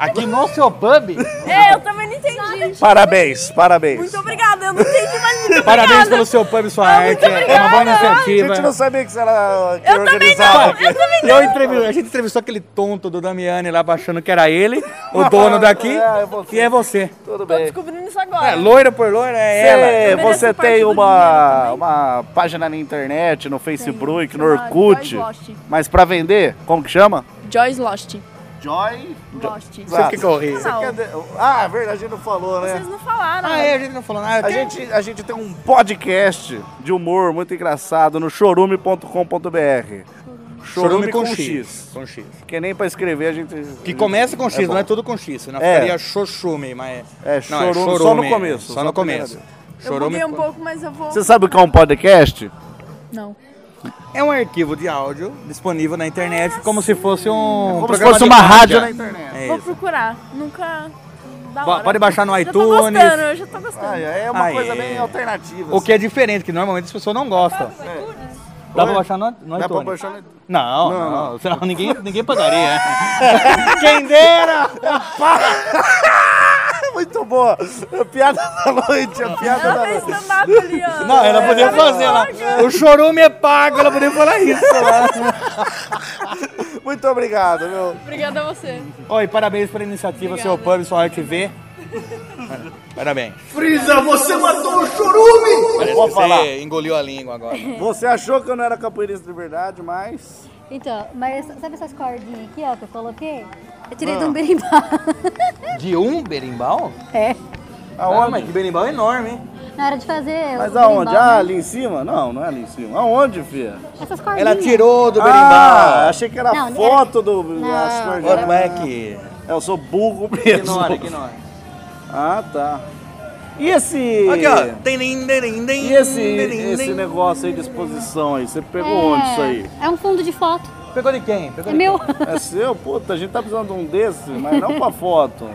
Speaker 6: Aqui no seu pub?
Speaker 12: É, eu também não entendi.
Speaker 5: Parabéns, parabéns.
Speaker 12: Muito obrigada, eu não entendi, mas muito obrigada.
Speaker 6: Parabéns pelo seu pub e sua arte. É uma boa
Speaker 5: A gente não
Speaker 6: iniciativa. né?
Speaker 5: sabia que ela que
Speaker 12: Eu também não,
Speaker 5: organizava.
Speaker 12: eu também
Speaker 6: Eu
Speaker 12: não.
Speaker 6: entrevi- a gente entrevistou aquele tonto do Damiani lá achando que era ele, o dono daqui,
Speaker 5: É, é você.
Speaker 6: e é você.
Speaker 5: Tudo
Speaker 12: Tô
Speaker 5: bem.
Speaker 12: descobrindo isso agora.
Speaker 6: É, loira por loira é ela.
Speaker 5: Você,
Speaker 12: Merece
Speaker 5: você
Speaker 12: parte
Speaker 5: tem
Speaker 12: do
Speaker 5: uma, uma página na internet, no Facebook, no
Speaker 12: chama
Speaker 5: Orkut.
Speaker 12: Joyce Lost.
Speaker 5: Mas pra vender, como que chama?
Speaker 12: Joyce Lost.
Speaker 5: Joy.
Speaker 12: Lost.
Speaker 6: Você fica correndo.
Speaker 5: Você quer de- Ah, é verdade, a gente não falou, né?
Speaker 12: Vocês não falaram.
Speaker 6: Ah, é, a gente não falou nada.
Speaker 5: A gente, a gente tem um podcast de humor muito engraçado no chorume.com.br.
Speaker 6: Chorume com X. Com X.
Speaker 5: Porque nem pra escrever a gente.
Speaker 6: Que começa com X,
Speaker 5: bom.
Speaker 6: não é tudo com X. Senão
Speaker 5: É.
Speaker 6: ficaria xoxume, mas...
Speaker 5: É,
Speaker 6: não,
Speaker 5: chorume, só no começo.
Speaker 6: Só no
Speaker 5: a primeira
Speaker 6: começo.
Speaker 5: vez.
Speaker 12: Eu buguei um pouco, mas eu vou...
Speaker 5: Você sabe o que é um podcast?
Speaker 12: Não.
Speaker 6: É um arquivo de áudio disponível na internet, como se fosse um.
Speaker 5: como se
Speaker 6: programa
Speaker 5: fosse
Speaker 6: de
Speaker 5: uma rádio na
Speaker 6: internet. É
Speaker 12: Vou
Speaker 6: isso.
Speaker 12: procurar. Nunca... Da
Speaker 6: Bo-
Speaker 12: hora.
Speaker 6: pode baixar no
Speaker 12: Já tô
Speaker 6: iTunes.
Speaker 12: gostando, eu já tô gostando.
Speaker 5: Ah, é uma
Speaker 6: Ah,
Speaker 5: coisa
Speaker 6: é.
Speaker 5: bem alternativa. assim.
Speaker 6: O que é diferente, que normalmente as pessoas não gostam. É. Dá pra é, baixar no, no
Speaker 5: Dá pra
Speaker 6: iTunes?
Speaker 5: baixar no
Speaker 6: Não, não, Senão ninguém, ninguém (laughs) pagaria. Quem dera!
Speaker 5: É Muito boa! A piada (laughs) da noite, a piada
Speaker 12: Ela
Speaker 5: da
Speaker 12: fez
Speaker 5: noite.
Speaker 12: stand-up ali, ó.
Speaker 6: Não, ela podia
Speaker 12: Ela é
Speaker 6: fazer. Ela,
Speaker 12: louca.
Speaker 6: o chorume é pago, ela podia falar isso.
Speaker 5: Muito obrigado, meu.
Speaker 12: Obrigada a você.
Speaker 6: Oi, parabéns pela iniciativa, seu pub, sua arte V. Parabéns.
Speaker 5: Frieza, você matou o chorume!
Speaker 6: Parece
Speaker 5: Vou
Speaker 6: que
Speaker 5: falar.
Speaker 6: você engoliu a língua agora.
Speaker 5: Você achou que eu não era capoeirista de verdade, mas.
Speaker 13: Então, mas sabe essas cordinhas aqui, ó, que eu coloquei? Eu tirei
Speaker 6: Ah.
Speaker 13: de um berimbau. (laughs)
Speaker 6: De um berimbau?
Speaker 13: É.
Speaker 6: Aonde? mas que berimbau é enorme, hein?
Speaker 13: Na hora de fazer.
Speaker 5: Mas
Speaker 13: o
Speaker 5: aonde?
Speaker 13: berimbau,
Speaker 5: Ah,
Speaker 13: né?
Speaker 5: ali em cima? Não, não é ali em cima. Aonde, filha?
Speaker 13: Essas cordinhas.
Speaker 6: Ela tirou do berimbau.
Speaker 5: Ah, achei que era
Speaker 13: Não, era-
Speaker 5: foto do.
Speaker 13: Não,
Speaker 5: as cordinhas.
Speaker 6: Ô, Como é que...
Speaker 5: Eu sou burro mesmo.
Speaker 6: Ignora, ignora.
Speaker 5: Ah, tá. E esse.
Speaker 6: Aqui, ó. Tem, tem, tem, tem, tem,
Speaker 5: E esse,
Speaker 6: tem,
Speaker 5: esse
Speaker 6: tem.
Speaker 5: negócio aí de exposição aí? Você pegou onde isso aí?
Speaker 13: É um fundo de foto.
Speaker 6: Pegou de quem? Pegou
Speaker 13: É
Speaker 6: de
Speaker 13: meu.
Speaker 5: É seu? Puta, a gente tá precisando de um desse, mas não pra foto.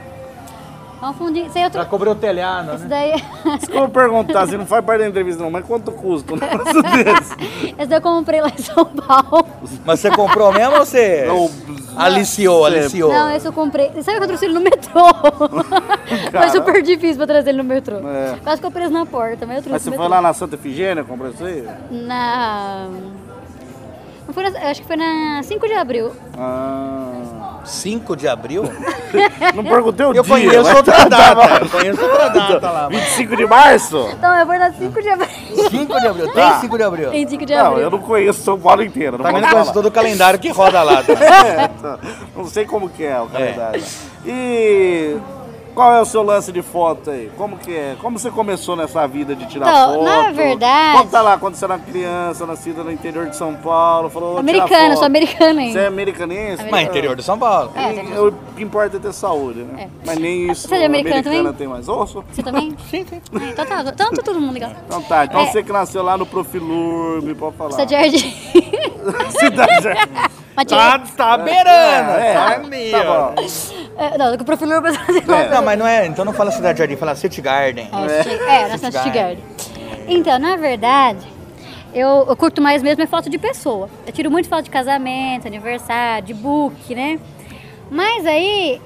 Speaker 13: É um fundinho. Isso aí eu
Speaker 6: Pra
Speaker 13: tro...
Speaker 6: cobrir o telhado,
Speaker 13: Esse
Speaker 6: né?
Speaker 13: daí.
Speaker 5: Desculpa perguntar, você não faz parte da entrevista não, mas quanto custa um
Speaker 6: (laughs)
Speaker 5: negócio desse?
Speaker 13: Esse daí eu comprei lá em São Paulo.
Speaker 6: Mas você comprou mesmo ou você
Speaker 5: Eu-
Speaker 6: aliciou,
Speaker 5: Você-
Speaker 6: aliciou?
Speaker 13: Não, esse eu comprei. Sabe que eu trouxe ele no metrô? (laughs) Foi super difícil pra trazer ele no metrô.
Speaker 5: É.
Speaker 13: Quase ficou preso na porta, mas eu trouxe
Speaker 5: Mas
Speaker 13: no
Speaker 5: você
Speaker 13: metrô.
Speaker 5: foi lá na Santa Efigênia, comprou isso aí?
Speaker 13: Na. Não foi na- eu acho que foi na 5 de abril.
Speaker 5: Ah,
Speaker 6: 5 de abril?
Speaker 5: Não perguntei o
Speaker 6: Eu
Speaker 5: dia.
Speaker 6: conheço
Speaker 5: mas (laughs)
Speaker 6: outra
Speaker 5: tá-
Speaker 6: data,
Speaker 5: tá-
Speaker 6: eu conheço outra data lá, mas-
Speaker 5: 25 de março?
Speaker 13: Então, eu vou dar 5 de abril. Ah.
Speaker 6: 5 de abril.
Speaker 5: Tem
Speaker 6: cinco de abril?
Speaker 13: Tem 5 de
Speaker 5: não,
Speaker 13: abril.
Speaker 5: eu não conheço São Paulo inteiro. Não posso
Speaker 6: Também não conheço
Speaker 5: falar.
Speaker 6: todo o calendário que roda lá, tá?
Speaker 5: (laughs) É, tá. não sei como que é o calendário. E qual é o seu lance de foto aí? Como que é? Como você começou nessa vida de tirar
Speaker 13: Então,
Speaker 5: foto?
Speaker 13: na verdade-
Speaker 5: Conta lá, quando você era criança, nascida no interior de São Paulo, falou... "Vou tirar
Speaker 13: Americana,
Speaker 5: foto."
Speaker 13: sou americana ainda.
Speaker 5: Você é americanense?
Speaker 6: Mas interior de São Paulo.
Speaker 13: É,
Speaker 5: E
Speaker 13: interior
Speaker 5: O que importa é ter saúde, né? Mas nem isso
Speaker 13: Você é americana também?
Speaker 5: tem mais. Ouço?
Speaker 13: Você também? Sim, sim. Então tá, então tá todo mundo legal.
Speaker 5: Então tá, então
Speaker 13: É.
Speaker 5: você que nasceu lá no Profilurbe, pode falar.
Speaker 13: Cidade Jardim.
Speaker 5: (laughs) Cidade
Speaker 13: (laughs)
Speaker 5: Jardim.
Speaker 13: Mas
Speaker 6: Tá,
Speaker 13: tinha-
Speaker 6: tá beirando,
Speaker 5: É,
Speaker 6: tá
Speaker 5: tá
Speaker 6: meio.
Speaker 5: bom.
Speaker 13: É, não, com o perfil não fazer
Speaker 6: É, Não, mas não é. Então não fala Cidade Jardim, fala City Garden.
Speaker 13: É, City- é, na Cidade City Garden. Então, na verdade, eu, eu curto mais mesmo é foto de pessoa. Eu tiro muito foto de casamento, aniversário, de book, né? Mas aí,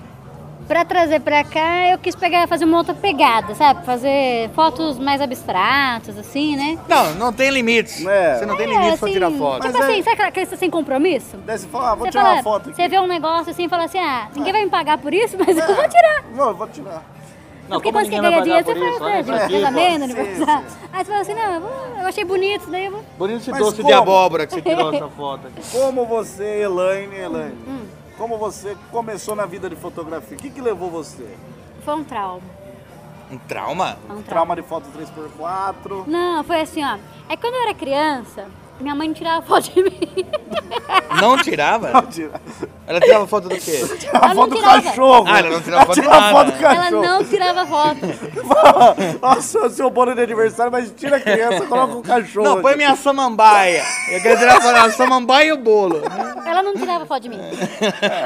Speaker 13: pra trazer pra cá, eu quis pegar, fazer uma outra pegada, sabe? Fazer fotos mais abstratas, assim, né?
Speaker 6: Não, não tem limites.
Speaker 5: né?
Speaker 6: Você não tem limites pra tirar foto.
Speaker 13: Tipo assim, sabe aquela criança sem compromisso?
Speaker 5: Você fala, ah, é- vou
Speaker 13: Você
Speaker 5: tirar
Speaker 13: fala-
Speaker 5: uma foto aqui. É.
Speaker 13: Você vê um negócio assim e fala assim, ah, ninguém vai me pagar por isso, (laughs) mas eu vou tirar.
Speaker 5: Vou, vou tirar.
Speaker 13: Não, Porque quando você ganha dinheiro, você faz faz de
Speaker 5: é
Speaker 13: casamento, aniversário. Aí você fala assim, não, eu vou- eu achei bonito isso daí. Eu vou...
Speaker 6: Bonito esse
Speaker 5: Mas
Speaker 6: doce de
Speaker 5: como?
Speaker 6: abóbora que você tirou essa foto aqui.
Speaker 5: Como você, Elaine, Elaine,
Speaker 13: Hum.
Speaker 5: como você começou na vida de fotografia? O que, que levou você?
Speaker 13: Foi um trauma.
Speaker 5: (laughs)
Speaker 6: Um trauma?
Speaker 13: Foi um
Speaker 5: Trauma de foto 3x4?
Speaker 13: Não, foi assim, ó. É que quando eu era criança, minha mãe não tirava foto de (laughs)
Speaker 6: (laughs)
Speaker 13: mim.
Speaker 6: Não tirava?
Speaker 5: (laughs)
Speaker 6: Não
Speaker 5: tirava.
Speaker 6: Ela tirava foto do
Speaker 5: (laughs)
Speaker 6: quê?
Speaker 13: Ela não tirava.
Speaker 6: Ah, ela não tirava foto de
Speaker 5: Tirava
Speaker 6: nada.
Speaker 5: foto do
Speaker 13: Ela
Speaker 5: cachorro. (laughs)
Speaker 13: não tirava foto.
Speaker 5: Nossa, o seu bolo de aniversário, mas tira a
Speaker 6: (laughs)
Speaker 5: criança, coloca o cachorro.
Speaker 6: Não, põe
Speaker 5: aqui.
Speaker 6: minha samambaia. Eu quero tirar foto da samambaia e o bolo.
Speaker 11: Um
Speaker 13: Ela não tirava foto de
Speaker 6: (laughs)
Speaker 13: mim.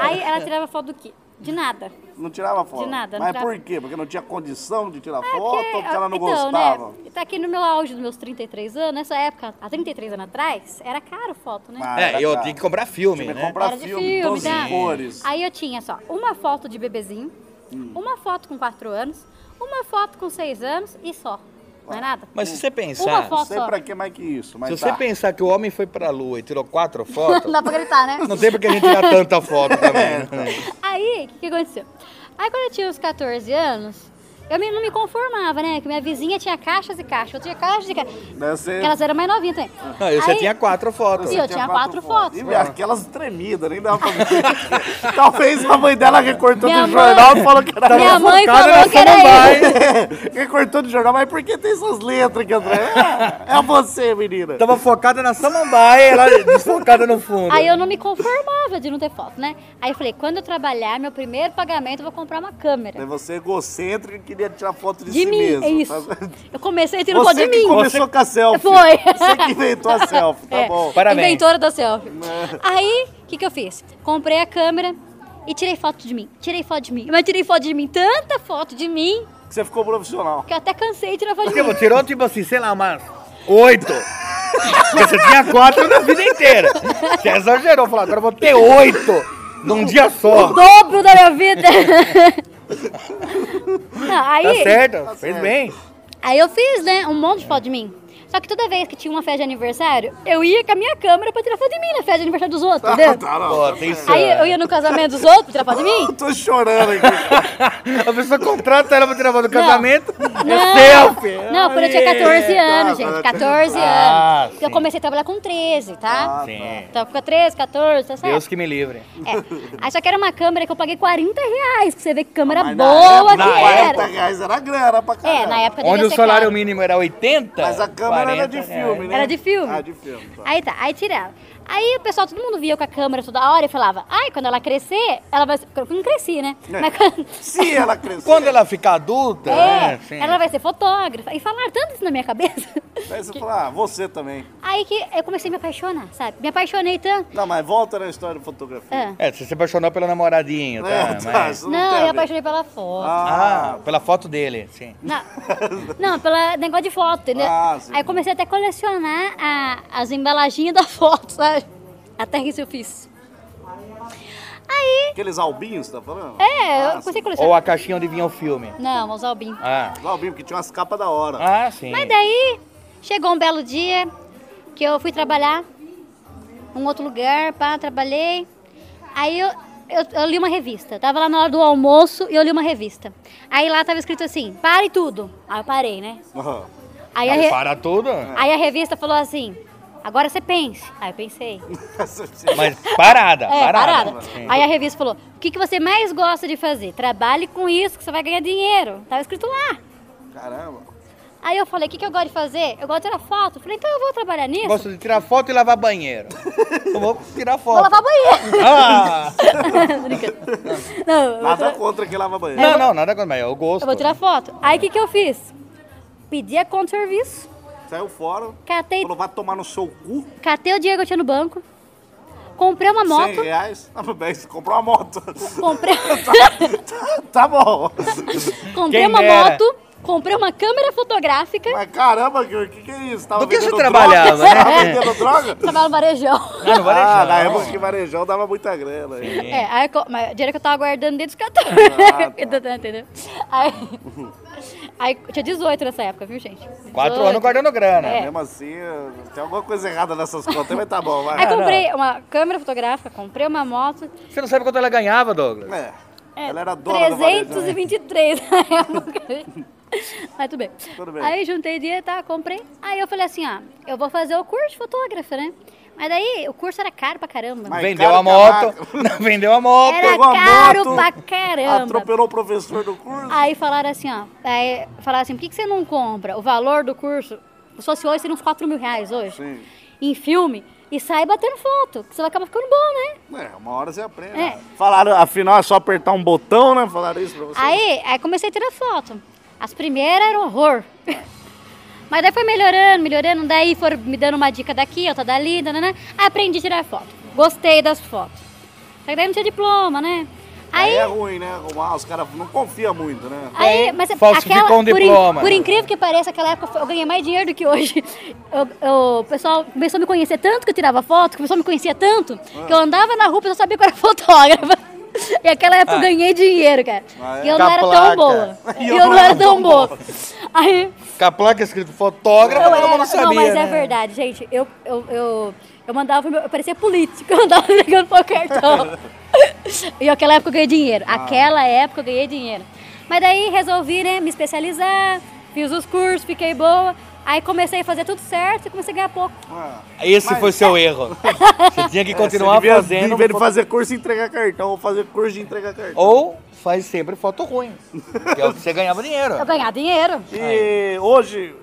Speaker 13: Aí ela tirava foto do quê? De nada.
Speaker 5: Não tirava foto.
Speaker 13: De nada, não
Speaker 5: Mas
Speaker 13: tirava.
Speaker 5: por quê? Porque não tinha condição de tirar
Speaker 13: É
Speaker 5: foto ou porque ela não
Speaker 13: então,
Speaker 5: gostava?
Speaker 13: né? Tá aqui no meu auge dos meus 33 anos, nessa época, há 33 anos atrás, era caro foto, né?
Speaker 5: Ah,
Speaker 6: É,
Speaker 5: era
Speaker 6: eu
Speaker 5: caro.
Speaker 6: tinha que comprar filme,
Speaker 5: Tinha que
Speaker 6: né?
Speaker 5: comprar
Speaker 13: Era de
Speaker 5: filme,
Speaker 13: filme,
Speaker 5: 12
Speaker 13: tá?
Speaker 5: cores. Hum.
Speaker 13: Aí eu tinha só uma foto de bebezinho, uma foto com 4 anos, uma foto com 6 anos e só. Não é nada?
Speaker 6: Mas se você
Speaker 13: Uma
Speaker 6: pensar...
Speaker 13: foto
Speaker 5: Não sei
Speaker 13: só.
Speaker 5: pra que mais que isso, mas
Speaker 6: Se
Speaker 5: tá.
Speaker 6: você pensar que o homem foi pra lua e tirou quatro fotos,
Speaker 13: Não (laughs) dá pra gritar, né?
Speaker 6: não tem porque a gente tirar tanta foto também. né?
Speaker 13: Aí, o que, que aconteceu? Aí quando eu tinha uns 14 anos, eu me- não me conformava, né? Que minha vizinha tinha caixas e caixas, eu tinha caixas e caixas.
Speaker 5: Né, você-
Speaker 13: Porque elas eram mais novinhas também.
Speaker 6: Não, Ah, eu só
Speaker 13: Aí-
Speaker 6: tinha quatro fotos.
Speaker 13: E eu tinha quatro fotos.
Speaker 5: E aquelas tremidas, nem dava pra ver. (laughs) Talvez a mãe dela recortou
Speaker 13: Minha
Speaker 5: do
Speaker 13: mãe-
Speaker 5: jornal e falou que era
Speaker 13: Minha mãe
Speaker 5: focada
Speaker 13: falou
Speaker 5: na
Speaker 13: que era
Speaker 5: (laughs) samambaia. recortou do jornal, mas por que tem essas letras aqui, André? É, é você, menina.
Speaker 6: Tava focada na samambaia, ela desfocada no fundo.
Speaker 13: Aí eu não me conformava de não ter foto, né? Aí eu falei, quando eu trabalhar, meu primeiro pagamento, eu vou comprar uma câmera.
Speaker 5: É você egocêntrica e queria tirar foto de,
Speaker 13: De
Speaker 5: si
Speaker 13: mim,
Speaker 5: mesmo.
Speaker 13: é isso.
Speaker 5: tá vendo?
Speaker 13: Eu comecei tirando foto
Speaker 5: Você
Speaker 13: de
Speaker 5: que
Speaker 13: mim. (laughs)
Speaker 5: começou com a selfie.
Speaker 13: Foi.
Speaker 5: Você
Speaker 13: (laughs)
Speaker 5: que inventou a selfie, tá
Speaker 13: É,
Speaker 5: bom. Né?
Speaker 13: Inventora da selfie. Aí, o que, que eu fiz? Comprei a câmera e tirei foto de mim. Tirei foto de mim. Mas tirei foto de mim, tanta foto de mim,
Speaker 5: Você ficou profissional.
Speaker 13: que eu até cansei de tirar foto de
Speaker 6: Tipo,
Speaker 13: mim.
Speaker 6: tirou tipo assim, sei lá, umas oito. Porque você tinha quatro na vida inteira. Você exagerou, falou, agora eu vou ter oito num dia
Speaker 13: O
Speaker 6: só.
Speaker 13: dobro da
Speaker 5: (laughs)
Speaker 13: minha vida. (laughs) Não, aí,
Speaker 6: Tá certo, fez bem.
Speaker 13: aí eu fiz, né, um monte de foto de mim. Só que toda vez que tinha uma festa de aniversário, eu ia com a minha câmera pra tirar foto de mim na festa de aniversário dos outros, entendeu?
Speaker 5: tá.
Speaker 6: Pô, atenção.
Speaker 13: Aí eu ia no casamento dos outros pra tirar foto de mim.
Speaker 5: Tô chorando
Speaker 13: (laughs)
Speaker 5: aqui.
Speaker 6: A pessoa contrata ela pra tirar foto do
Speaker 13: Não.
Speaker 6: casamento.
Speaker 13: Não,
Speaker 6: É selfie.
Speaker 13: não quando eu tinha 14 anos, gente. 14
Speaker 6: Ah,
Speaker 13: anos. Porque eu comecei a trabalhar com 13, tá?
Speaker 6: Sim.
Speaker 13: Então fica 13, 14, tá certo?
Speaker 6: Deus que me livre.
Speaker 13: É. Aí só que era uma câmera que eu paguei 40 reais, pra você ver que câmera
Speaker 5: Ah, Mas na
Speaker 13: boa
Speaker 5: época,
Speaker 13: que
Speaker 5: 40
Speaker 13: era.
Speaker 5: reais era grana pra caramba.
Speaker 13: É, na época devia
Speaker 6: Onde o
Speaker 13: ser
Speaker 6: salário
Speaker 13: caro.
Speaker 6: mínimo era 80.
Speaker 5: Mas a câmera era
Speaker 6: 40
Speaker 5: de
Speaker 6: reais.
Speaker 5: filme, né?
Speaker 13: Era de filme.
Speaker 5: Ah, de filme. Tá.
Speaker 13: Aí tá, aí tirava. Aí o pessoal, todo mundo via eu com a câmera toda hora e falava, ai, quando ela crescer, ela vai ser... Eu não cresci, né?
Speaker 5: É.
Speaker 13: Mas quando...
Speaker 5: Se ela crescer.
Speaker 6: Quando ela ficar adulta,
Speaker 13: É,
Speaker 6: né, assim,
Speaker 13: ela vai ser fotógrafa. E falaram tanto isso na minha cabeça. (laughs)
Speaker 5: Aí você fala, ah, você também.
Speaker 13: Aí que eu comecei a me apaixonar, sabe? Me apaixonei tanto.
Speaker 5: Não, mas volta na história de fotografia.
Speaker 13: Ah.
Speaker 6: É, você se apaixonou pelo namoradinho, tá?
Speaker 5: É, tá,
Speaker 6: mas-
Speaker 5: isso não,
Speaker 13: Não, eu
Speaker 5: tem a ver.
Speaker 13: apaixonei pela foto.
Speaker 6: Ah, pela foto dele, sim.
Speaker 5: (laughs)
Speaker 13: Não, não pelo negócio de foto, entendeu?
Speaker 5: Ah, sim.
Speaker 13: Aí eu comecei até a colecionar a- as embalaginhas da (laughs) foto, sabe? Até isso eu fiz. Aí,
Speaker 5: Aqueles albinhos, tá falando?
Speaker 13: é, eu comecei a
Speaker 6: Ou
Speaker 13: colecionar.
Speaker 6: a caixinha onde vinha o filme.
Speaker 13: Não, usar o BIM.
Speaker 6: Ah,
Speaker 5: Os albinhos, porque tinha umas capas da hora.
Speaker 6: ah sim.
Speaker 13: Mas daí, chegou um belo dia que eu fui trabalhar num outro lugar, pá, trabalhei. Aí eu eu, eu li uma revista. Eu tava lá na hora do almoço e eu li uma revista. Aí lá tava escrito assim, pare tudo. Aí eu parei, né?
Speaker 5: (laughs)
Speaker 13: Aí, né? a re-
Speaker 8: Para tudo?
Speaker 13: aí a revista falou assim, agora você pense. Aí eu (laughs) pensei.
Speaker 8: Mas parada,
Speaker 13: É,
Speaker 8: parada.
Speaker 13: parada. Aí a revista falou: o que, que você mais gosta de fazer? Trabalhe com isso que você vai ganhar dinheiro. Tava escrito lá.
Speaker 5: Caramba.
Speaker 13: Aí eu falei: o que, que eu gosto de fazer? Eu gosto de tirar foto. Eu Falei: então eu vou trabalhar nisso?
Speaker 8: Gosto de tirar foto e lavar
Speaker 13: (laughs)
Speaker 8: banheiro. Eu vou tirar
Speaker 13: Vou
Speaker 8: foto.
Speaker 13: lavar banheiro. (laughs)
Speaker 8: Ah!
Speaker 13: Brincando. Não, eu vou
Speaker 5: Nada
Speaker 13: tra-
Speaker 5: contra quem lava banheiro.
Speaker 8: Não, não, nada contra, mas eu gosto.
Speaker 13: eu vou tirar foto. Aí o que, que eu fiz? Pedi a conta de serviço,
Speaker 5: Saiu fora,
Speaker 13: catei,
Speaker 5: falou, vai tomar no seu cu.
Speaker 13: catei o dinheiro que eu tinha no banco, comprei uma moto.
Speaker 5: 100 reais. (laughs) Ah, meu bem, você comprou uma moto. (laughs)
Speaker 13: Comprei,
Speaker 5: tá bom.
Speaker 13: comprei
Speaker 5: Quem
Speaker 13: uma
Speaker 5: dera.
Speaker 13: moto, comprei uma câmera fotográfica.
Speaker 5: Mas caramba, o que, que é isso? Tava
Speaker 8: Do que você
Speaker 5: vendendo
Speaker 8: trabalhava, né?
Speaker 5: droga? Tava vendendo droga?
Speaker 13: Trabalho no varejão.
Speaker 8: Ah, no varejão.
Speaker 5: Ah, na época que varejão dava muita grana. hein?
Speaker 13: É, aí eu co- mas o dinheiro que eu tava guardando desde os 14.
Speaker 5: Ah,
Speaker 13: (laughs)
Speaker 5: tá.
Speaker 13: tá, Entendeu? Aí, (laughs) aí eu tinha 18 nessa época, viu, gente?
Speaker 8: Quatro
Speaker 13: 18.
Speaker 8: anos guardando grana.
Speaker 13: É.
Speaker 5: Mesmo assim, tem alguma coisa errada nessas contas, mas tá bom, vai.
Speaker 13: Aí comprei uma câmera fotográfica, comprei uma moto.
Speaker 8: Você não sabe quanto ela ganhava, Douglas?
Speaker 5: É.
Speaker 13: É,
Speaker 5: Ela era dona né? do varejão.
Speaker 13: 323 na (laughs) época. Mas tudo bem.
Speaker 5: Tudo bem.
Speaker 13: Aí juntei dinheiro, tá, comprei. Aí eu falei assim, ó, eu vou fazer o curso de fotógrafa, né? Mas daí o curso era caro pra caramba.
Speaker 8: vendeu a moto.
Speaker 5: (laughs)
Speaker 8: Não, vendeu a moto.
Speaker 13: Era caro pra caramba.
Speaker 5: Atropelou o professor do curso.
Speaker 13: Aí falaram assim, ó. Aí falaram assim, por que, que você não compra? O valor do curso, se fosse hoje, seria uns 4 mil reais hoje. Em filme. E sai batendo foto, que você vai acabar ficando bom, né?
Speaker 5: É, uma hora você aprende.
Speaker 13: É.
Speaker 5: Falaram, afinal é só apertar um botão, né? Falaram isso pra você.
Speaker 13: Aí, aí comecei a tirar foto. As primeiras eram horror. (laughs) Mas daí foi melhorando, melhorando. Daí foram me dando uma dica daqui, outra dali, né? Aprendi a tirar foto. Gostei das fotos. Só que daí não tinha diploma, né?
Speaker 5: Aí
Speaker 13: Aí,
Speaker 5: é ruim, né? Arrumar, os caras não confiam muito, né?
Speaker 13: Aí, mas é
Speaker 8: Falsificou
Speaker 13: aquela,
Speaker 8: um
Speaker 13: por in-
Speaker 8: diploma.
Speaker 13: Por, incrível que pareça, aquela época foi- eu ganhei mais dinheiro do que hoje. (laughs) Eu- eu- o pessoal começou a me conhecer tanto que eu tirava foto, que o pessoal me conhecia tanto, que eu andava na rua e eu sabia que eu era (laughs) fotógrafa. E aquela época eu
Speaker 12: Ah.
Speaker 13: ganhei dinheiro, cara.
Speaker 8: Ah, é?
Speaker 13: E eu
Speaker 8: Com
Speaker 13: não
Speaker 8: a
Speaker 13: era
Speaker 8: placa.
Speaker 13: tão boa. E eu não era tão boa. Aí,
Speaker 8: Com a placa escrito fotógrafo,
Speaker 13: eu
Speaker 8: todo
Speaker 13: era,
Speaker 8: mundo sabia.
Speaker 13: não, mas é
Speaker 8: né?
Speaker 13: verdade, gente. Eu, eu, eu, eu mandava, meu- eu parecia político, (laughs) eu andava ligando pro cartão. e aquela época eu ganhei dinheiro. Aquela época eu ganhei dinheiro. Mas daí resolvi, né, me especializar, fiz os cursos, fiquei boa. Aí comecei a fazer tudo certo e comecei a ganhar pouco.
Speaker 8: Esse foi seu erro. Você tinha que continuar
Speaker 5: É, você devia-
Speaker 8: fazendo.
Speaker 5: Em vez de
Speaker 8: foto-
Speaker 5: fazer curso, entregar cartão. Ou fazer curso de entregar cartão.
Speaker 8: Ou faz sempre foto ruim. Que é o que você ganhava dinheiro.
Speaker 13: Eu ganhar dinheiro.
Speaker 5: E hoje...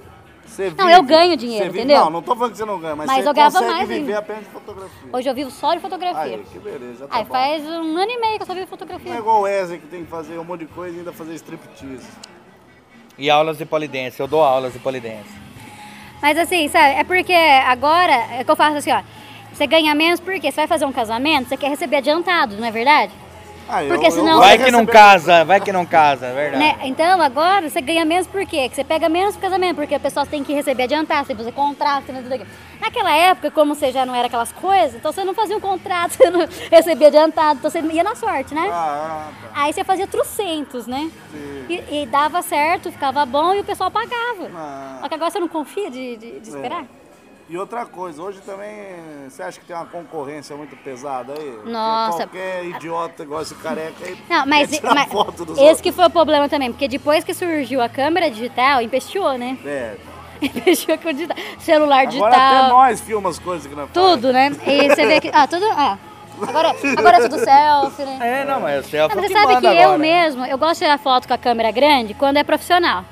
Speaker 5: Você
Speaker 13: Não,
Speaker 5: vive-
Speaker 13: eu ganho dinheiro,
Speaker 5: você vive-
Speaker 13: entendeu?
Speaker 5: Não, não tô falando que você não ganha, mas,
Speaker 13: Mas
Speaker 5: você
Speaker 13: eu ganhava
Speaker 5: consegue
Speaker 13: mais
Speaker 5: viver
Speaker 13: ainda.
Speaker 5: apenas de fotografia.
Speaker 13: Hoje eu vivo só de fotografia.
Speaker 5: Aí, que beleza, tá
Speaker 13: Aí
Speaker 5: bom.
Speaker 13: faz um ano e meio que eu só vivo de fotografia.
Speaker 5: Não é igual o Wesley que tem que fazer um monte de coisa e ainda fazer striptease.
Speaker 8: E aulas de polidência. Eu dou aulas de polidência.
Speaker 13: Mas assim, sabe, é porque agora é que eu faço assim, ó. Você ganha menos porque você vai fazer um casamento, você quer receber adiantado, não é verdade?
Speaker 5: Ah,
Speaker 13: porque senão.
Speaker 8: vai que não casa, vai que não casa, é verdade.
Speaker 13: Né? Então agora você ganha menos por quê? Que você pega menos pro casamento, porque a pessoa tem que receber adiantado, você tem que fazer contrato, você tem que fazer tudo aquilo. Naquela época, como você já não era aquelas coisas, então você não fazia um contrato, (laughs) você não recebia adiantado, então você ia na sorte, né?
Speaker 5: Ah,
Speaker 13: Aí você fazia trocentos, né? E, e dava certo, ficava bom e o pessoal pagava. Só que agora você não confia de, de- de
Speaker 5: Ah. É.
Speaker 13: esperar?
Speaker 5: E outra coisa, hoje também você acha que tem uma concorrência muito pesada aí? Porque
Speaker 13: Nossa.
Speaker 5: Qualquer idiota igual esse careca aí.
Speaker 13: Não, mas,
Speaker 5: quer tirar
Speaker 13: mas
Speaker 5: foto dos
Speaker 13: esse que foi o problema também, porque depois que surgiu a câmera digital, empesteou, né? (laughs)
Speaker 5: outros. É.
Speaker 13: Empesteou com o digital. Celular digital.
Speaker 5: Agora até nós filmamos coisas que não
Speaker 13: tá Tudo, né? E você vê que. Ah, tudo. Ah, agora, agora é tudo selfie, né?
Speaker 8: É, não, mas você é o
Speaker 13: Ah, mas
Speaker 8: que
Speaker 13: você sabe que
Speaker 8: manda
Speaker 13: eu
Speaker 8: agora.
Speaker 13: mesmo, eu gosto de tirar foto com a câmera grande quando é profissional.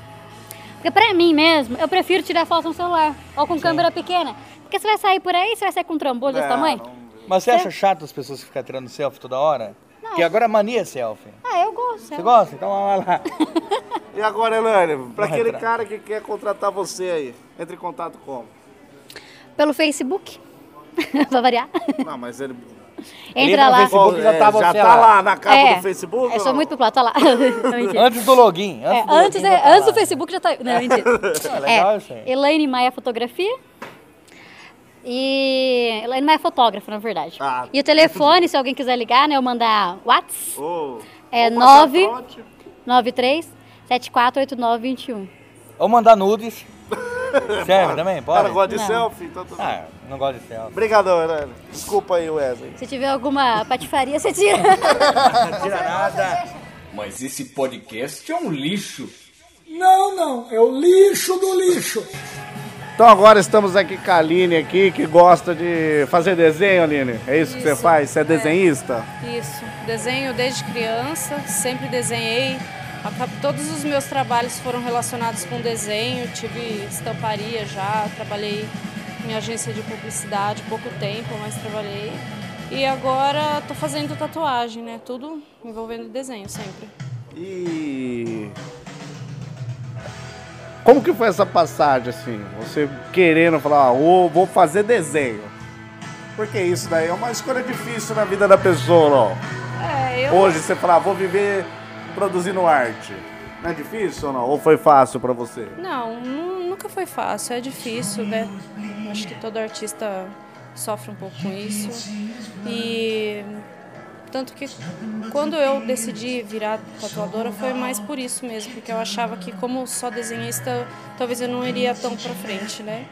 Speaker 13: Porque pra mim mesmo, eu prefiro tirar foto no celular ou com câmera pequena. Porque você vai sair por aí, você vai sair com um trambolho desse
Speaker 8: É,
Speaker 13: tamanho?
Speaker 8: Mas você acha chato as pessoas que ficam tirando selfie toda hora?
Speaker 13: Não.
Speaker 8: Porque agora mania é selfie.
Speaker 13: Ah, eu gosto.
Speaker 8: Você gosta? Então vai lá.
Speaker 5: E agora, Elane, pra
Speaker 8: Vai
Speaker 5: aquele
Speaker 8: pra-
Speaker 5: cara que quer contratar você aí, entre em contato como?
Speaker 13: Pelo Facebook. (laughs) pra variar.
Speaker 5: Não, mas ele.
Speaker 13: Entra
Speaker 8: um
Speaker 13: lá.
Speaker 5: É, já tá lá na capa
Speaker 13: É,
Speaker 5: do Facebook?
Speaker 13: Eu sou
Speaker 5: não?
Speaker 13: muito popular, tá lá. (laughs) Não, mentira.
Speaker 8: Antes do login.
Speaker 13: É,
Speaker 8: Antes do
Speaker 13: antes,
Speaker 8: login,
Speaker 13: é,
Speaker 8: já tá
Speaker 13: antes
Speaker 8: lá.
Speaker 13: do Facebook já tá.
Speaker 8: (laughs)
Speaker 13: Não, mentira. É,
Speaker 8: Ah, legal isso aí.
Speaker 13: Elaine Maia Fotografia. E. Elaine Maia Fotógrafa, na verdade.
Speaker 8: Ah,
Speaker 13: E o telefone, se alguém quiser ligar, né? Eu mandar Whats. É
Speaker 8: Vou passar
Speaker 13: 9 93 748921.
Speaker 8: Ou mandar nudes.
Speaker 6: Serve também? Pode?
Speaker 5: Cara, gosta de Não. selfie, então tudo
Speaker 6: Ah, não gosto de selfie.
Speaker 5: Obrigadão, Helena. Desculpa aí, Wesley.
Speaker 13: Se tiver alguma patifaria, você tira.
Speaker 6: Não tira nada.
Speaker 14: Mas esse podcast é um lixo.
Speaker 4: Não, não. É o lixo do lixo.
Speaker 5: Então agora estamos aqui com a Aline aqui, que gosta de fazer desenho, Aline. É isso, que você
Speaker 15: Isso,
Speaker 5: faz? Você é
Speaker 15: é.
Speaker 5: desenhista?
Speaker 15: Isso, desenho desde criança, sempre desenhei. A- Todos os meus trabalhos foram relacionados com desenho, tive estamparia já, trabalhei em agência de publicidade pouco tempo, mas trabalhei. E agora tô fazendo tatuagem, né? Tudo envolvendo desenho sempre.
Speaker 5: E. Como que foi essa passagem, assim? Você querendo falar, ah, ô, vou fazer desenho. Porque isso daí é uma escolha difícil na vida da pessoa, não.
Speaker 15: É, eu
Speaker 5: Hoje você falar, vou viver produzindo arte. Não é difícil ou não? Ou foi fácil pra você?
Speaker 15: Não, nu- nunca foi fácil, é difícil, né? Acho que todo artista sofre um pouco com isso. E tanto que quando eu decidi virar tatuadora foi mais por isso mesmo, porque eu achava que como só desenhista, talvez eu não iria tão pra frente, né?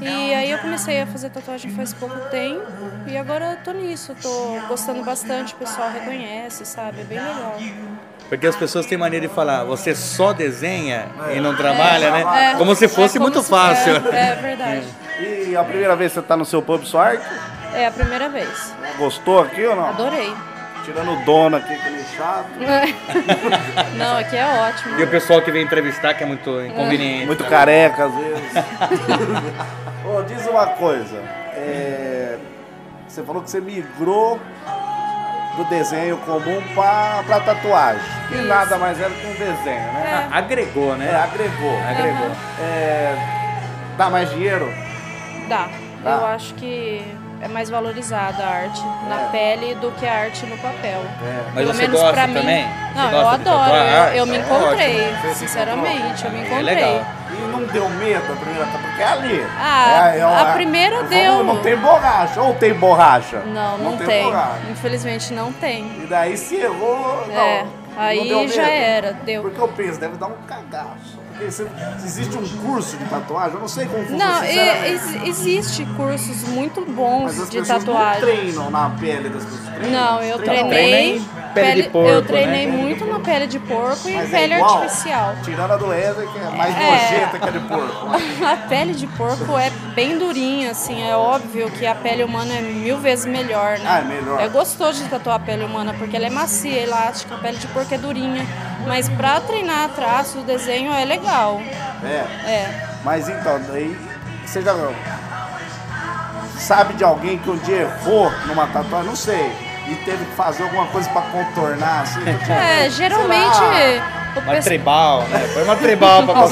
Speaker 15: E aí eu comecei a fazer tatuagem faz pouco tempo e agora eu tô nisso, tô gostando bastante, o pessoal reconhece, sabe? É bem legal.
Speaker 6: Porque as pessoas têm maneira de falar, você só desenha e não trabalha, né?
Speaker 15: É.
Speaker 6: como se fosse
Speaker 15: É como
Speaker 6: muito
Speaker 15: se-
Speaker 6: fácil.
Speaker 15: É, é verdade.
Speaker 5: E a primeira vez que você tá no seu pub sua arte?
Speaker 15: É a primeira vez.
Speaker 5: Gostou aqui ou não?
Speaker 15: Adorei.
Speaker 5: Tirando o dono aqui, que ele é chato.
Speaker 15: Não, aqui é ótimo.
Speaker 6: E o pessoal que vem entrevistar que é muito inconveniente.
Speaker 5: Muito careca,
Speaker 15: (laughs)
Speaker 5: às vezes. Ô, diz uma coisa. é, Você falou que você migrou do desenho comum pra, pra tatuagem. E
Speaker 6: Isso.
Speaker 5: nada mais era que um desenho, né?
Speaker 6: Agregou, né?
Speaker 5: É, agregou.
Speaker 6: Agregou.
Speaker 5: É, Dá mais dinheiro?
Speaker 15: Dá.
Speaker 5: Dá.
Speaker 15: Eu acho que é mais valorizada a arte na
Speaker 5: É.
Speaker 15: pele do que a arte no papel.
Speaker 6: Mas
Speaker 15: Pelo
Speaker 6: você
Speaker 15: menos
Speaker 6: gosta
Speaker 15: pra mim.
Speaker 6: também?
Speaker 15: Não,
Speaker 6: Você
Speaker 15: eu
Speaker 6: gosta de
Speaker 15: adoro.
Speaker 6: tatuar?
Speaker 15: Eu, eu me
Speaker 6: Ah, isso é
Speaker 15: encontrei,
Speaker 6: ótimo. Você se
Speaker 15: sinceramente. Eu me
Speaker 6: É
Speaker 15: encontrei.
Speaker 6: legal.
Speaker 5: E não deu medo a primeira tatuagem? Porque é ali.
Speaker 15: Ah,
Speaker 5: É, é
Speaker 15: a
Speaker 5: uma-
Speaker 15: primeira
Speaker 5: Vamos,
Speaker 15: deu.
Speaker 5: Não tem borracha. Ou tem borracha?
Speaker 15: Não, não,
Speaker 5: tem
Speaker 15: tem.
Speaker 5: borracha.
Speaker 15: Infelizmente não tem.
Speaker 5: E daí se errou, não.
Speaker 15: É,
Speaker 5: Não
Speaker 15: aí
Speaker 5: deu
Speaker 15: já
Speaker 5: medo.
Speaker 15: era, deu.
Speaker 5: Porque eu penso, deve dar um cagaço. Porque se, se existe um curso de tatuagem, eu não sei como funciona.
Speaker 15: Não, e,
Speaker 5: sinceramente.
Speaker 15: ex, existe cursos muito bons
Speaker 5: Mas as
Speaker 15: de
Speaker 5: pessoas
Speaker 15: tatuagem.
Speaker 5: não treinam Então, na pele das pessoas. treinam?
Speaker 15: Não, eu
Speaker 5: Treinam?
Speaker 15: treinei.
Speaker 5: Treinam em
Speaker 6: né?
Speaker 15: eu treinei muito na pele de porco e
Speaker 5: Mas
Speaker 15: em
Speaker 5: é
Speaker 15: pele
Speaker 5: igual,
Speaker 15: artificial.
Speaker 5: Tirando a do Wesley, que é mais
Speaker 15: É.
Speaker 5: nojenta que a de porco.
Speaker 15: (laughs)
Speaker 5: né?
Speaker 15: A pele de porco é bem durinha, assim, é óbvio que a pele humana é mil vezes melhor, né?
Speaker 5: Ah, é melhor.
Speaker 15: É gostoso de tatuar a pele humana, porque ela é macia, elástica, a pele de porco é durinha. Mas pra treinar traço, desenho é legal.
Speaker 5: É.
Speaker 15: É.
Speaker 5: Mas então, daí você já sabe de alguém que um dia errou numa tatuagem, não sei, e teve que fazer alguma coisa pra contornar, assim. tipo,
Speaker 15: É,
Speaker 5: sei
Speaker 15: geralmente.
Speaker 5: lá,
Speaker 15: o pessoal-
Speaker 6: tribal, né? Foi uma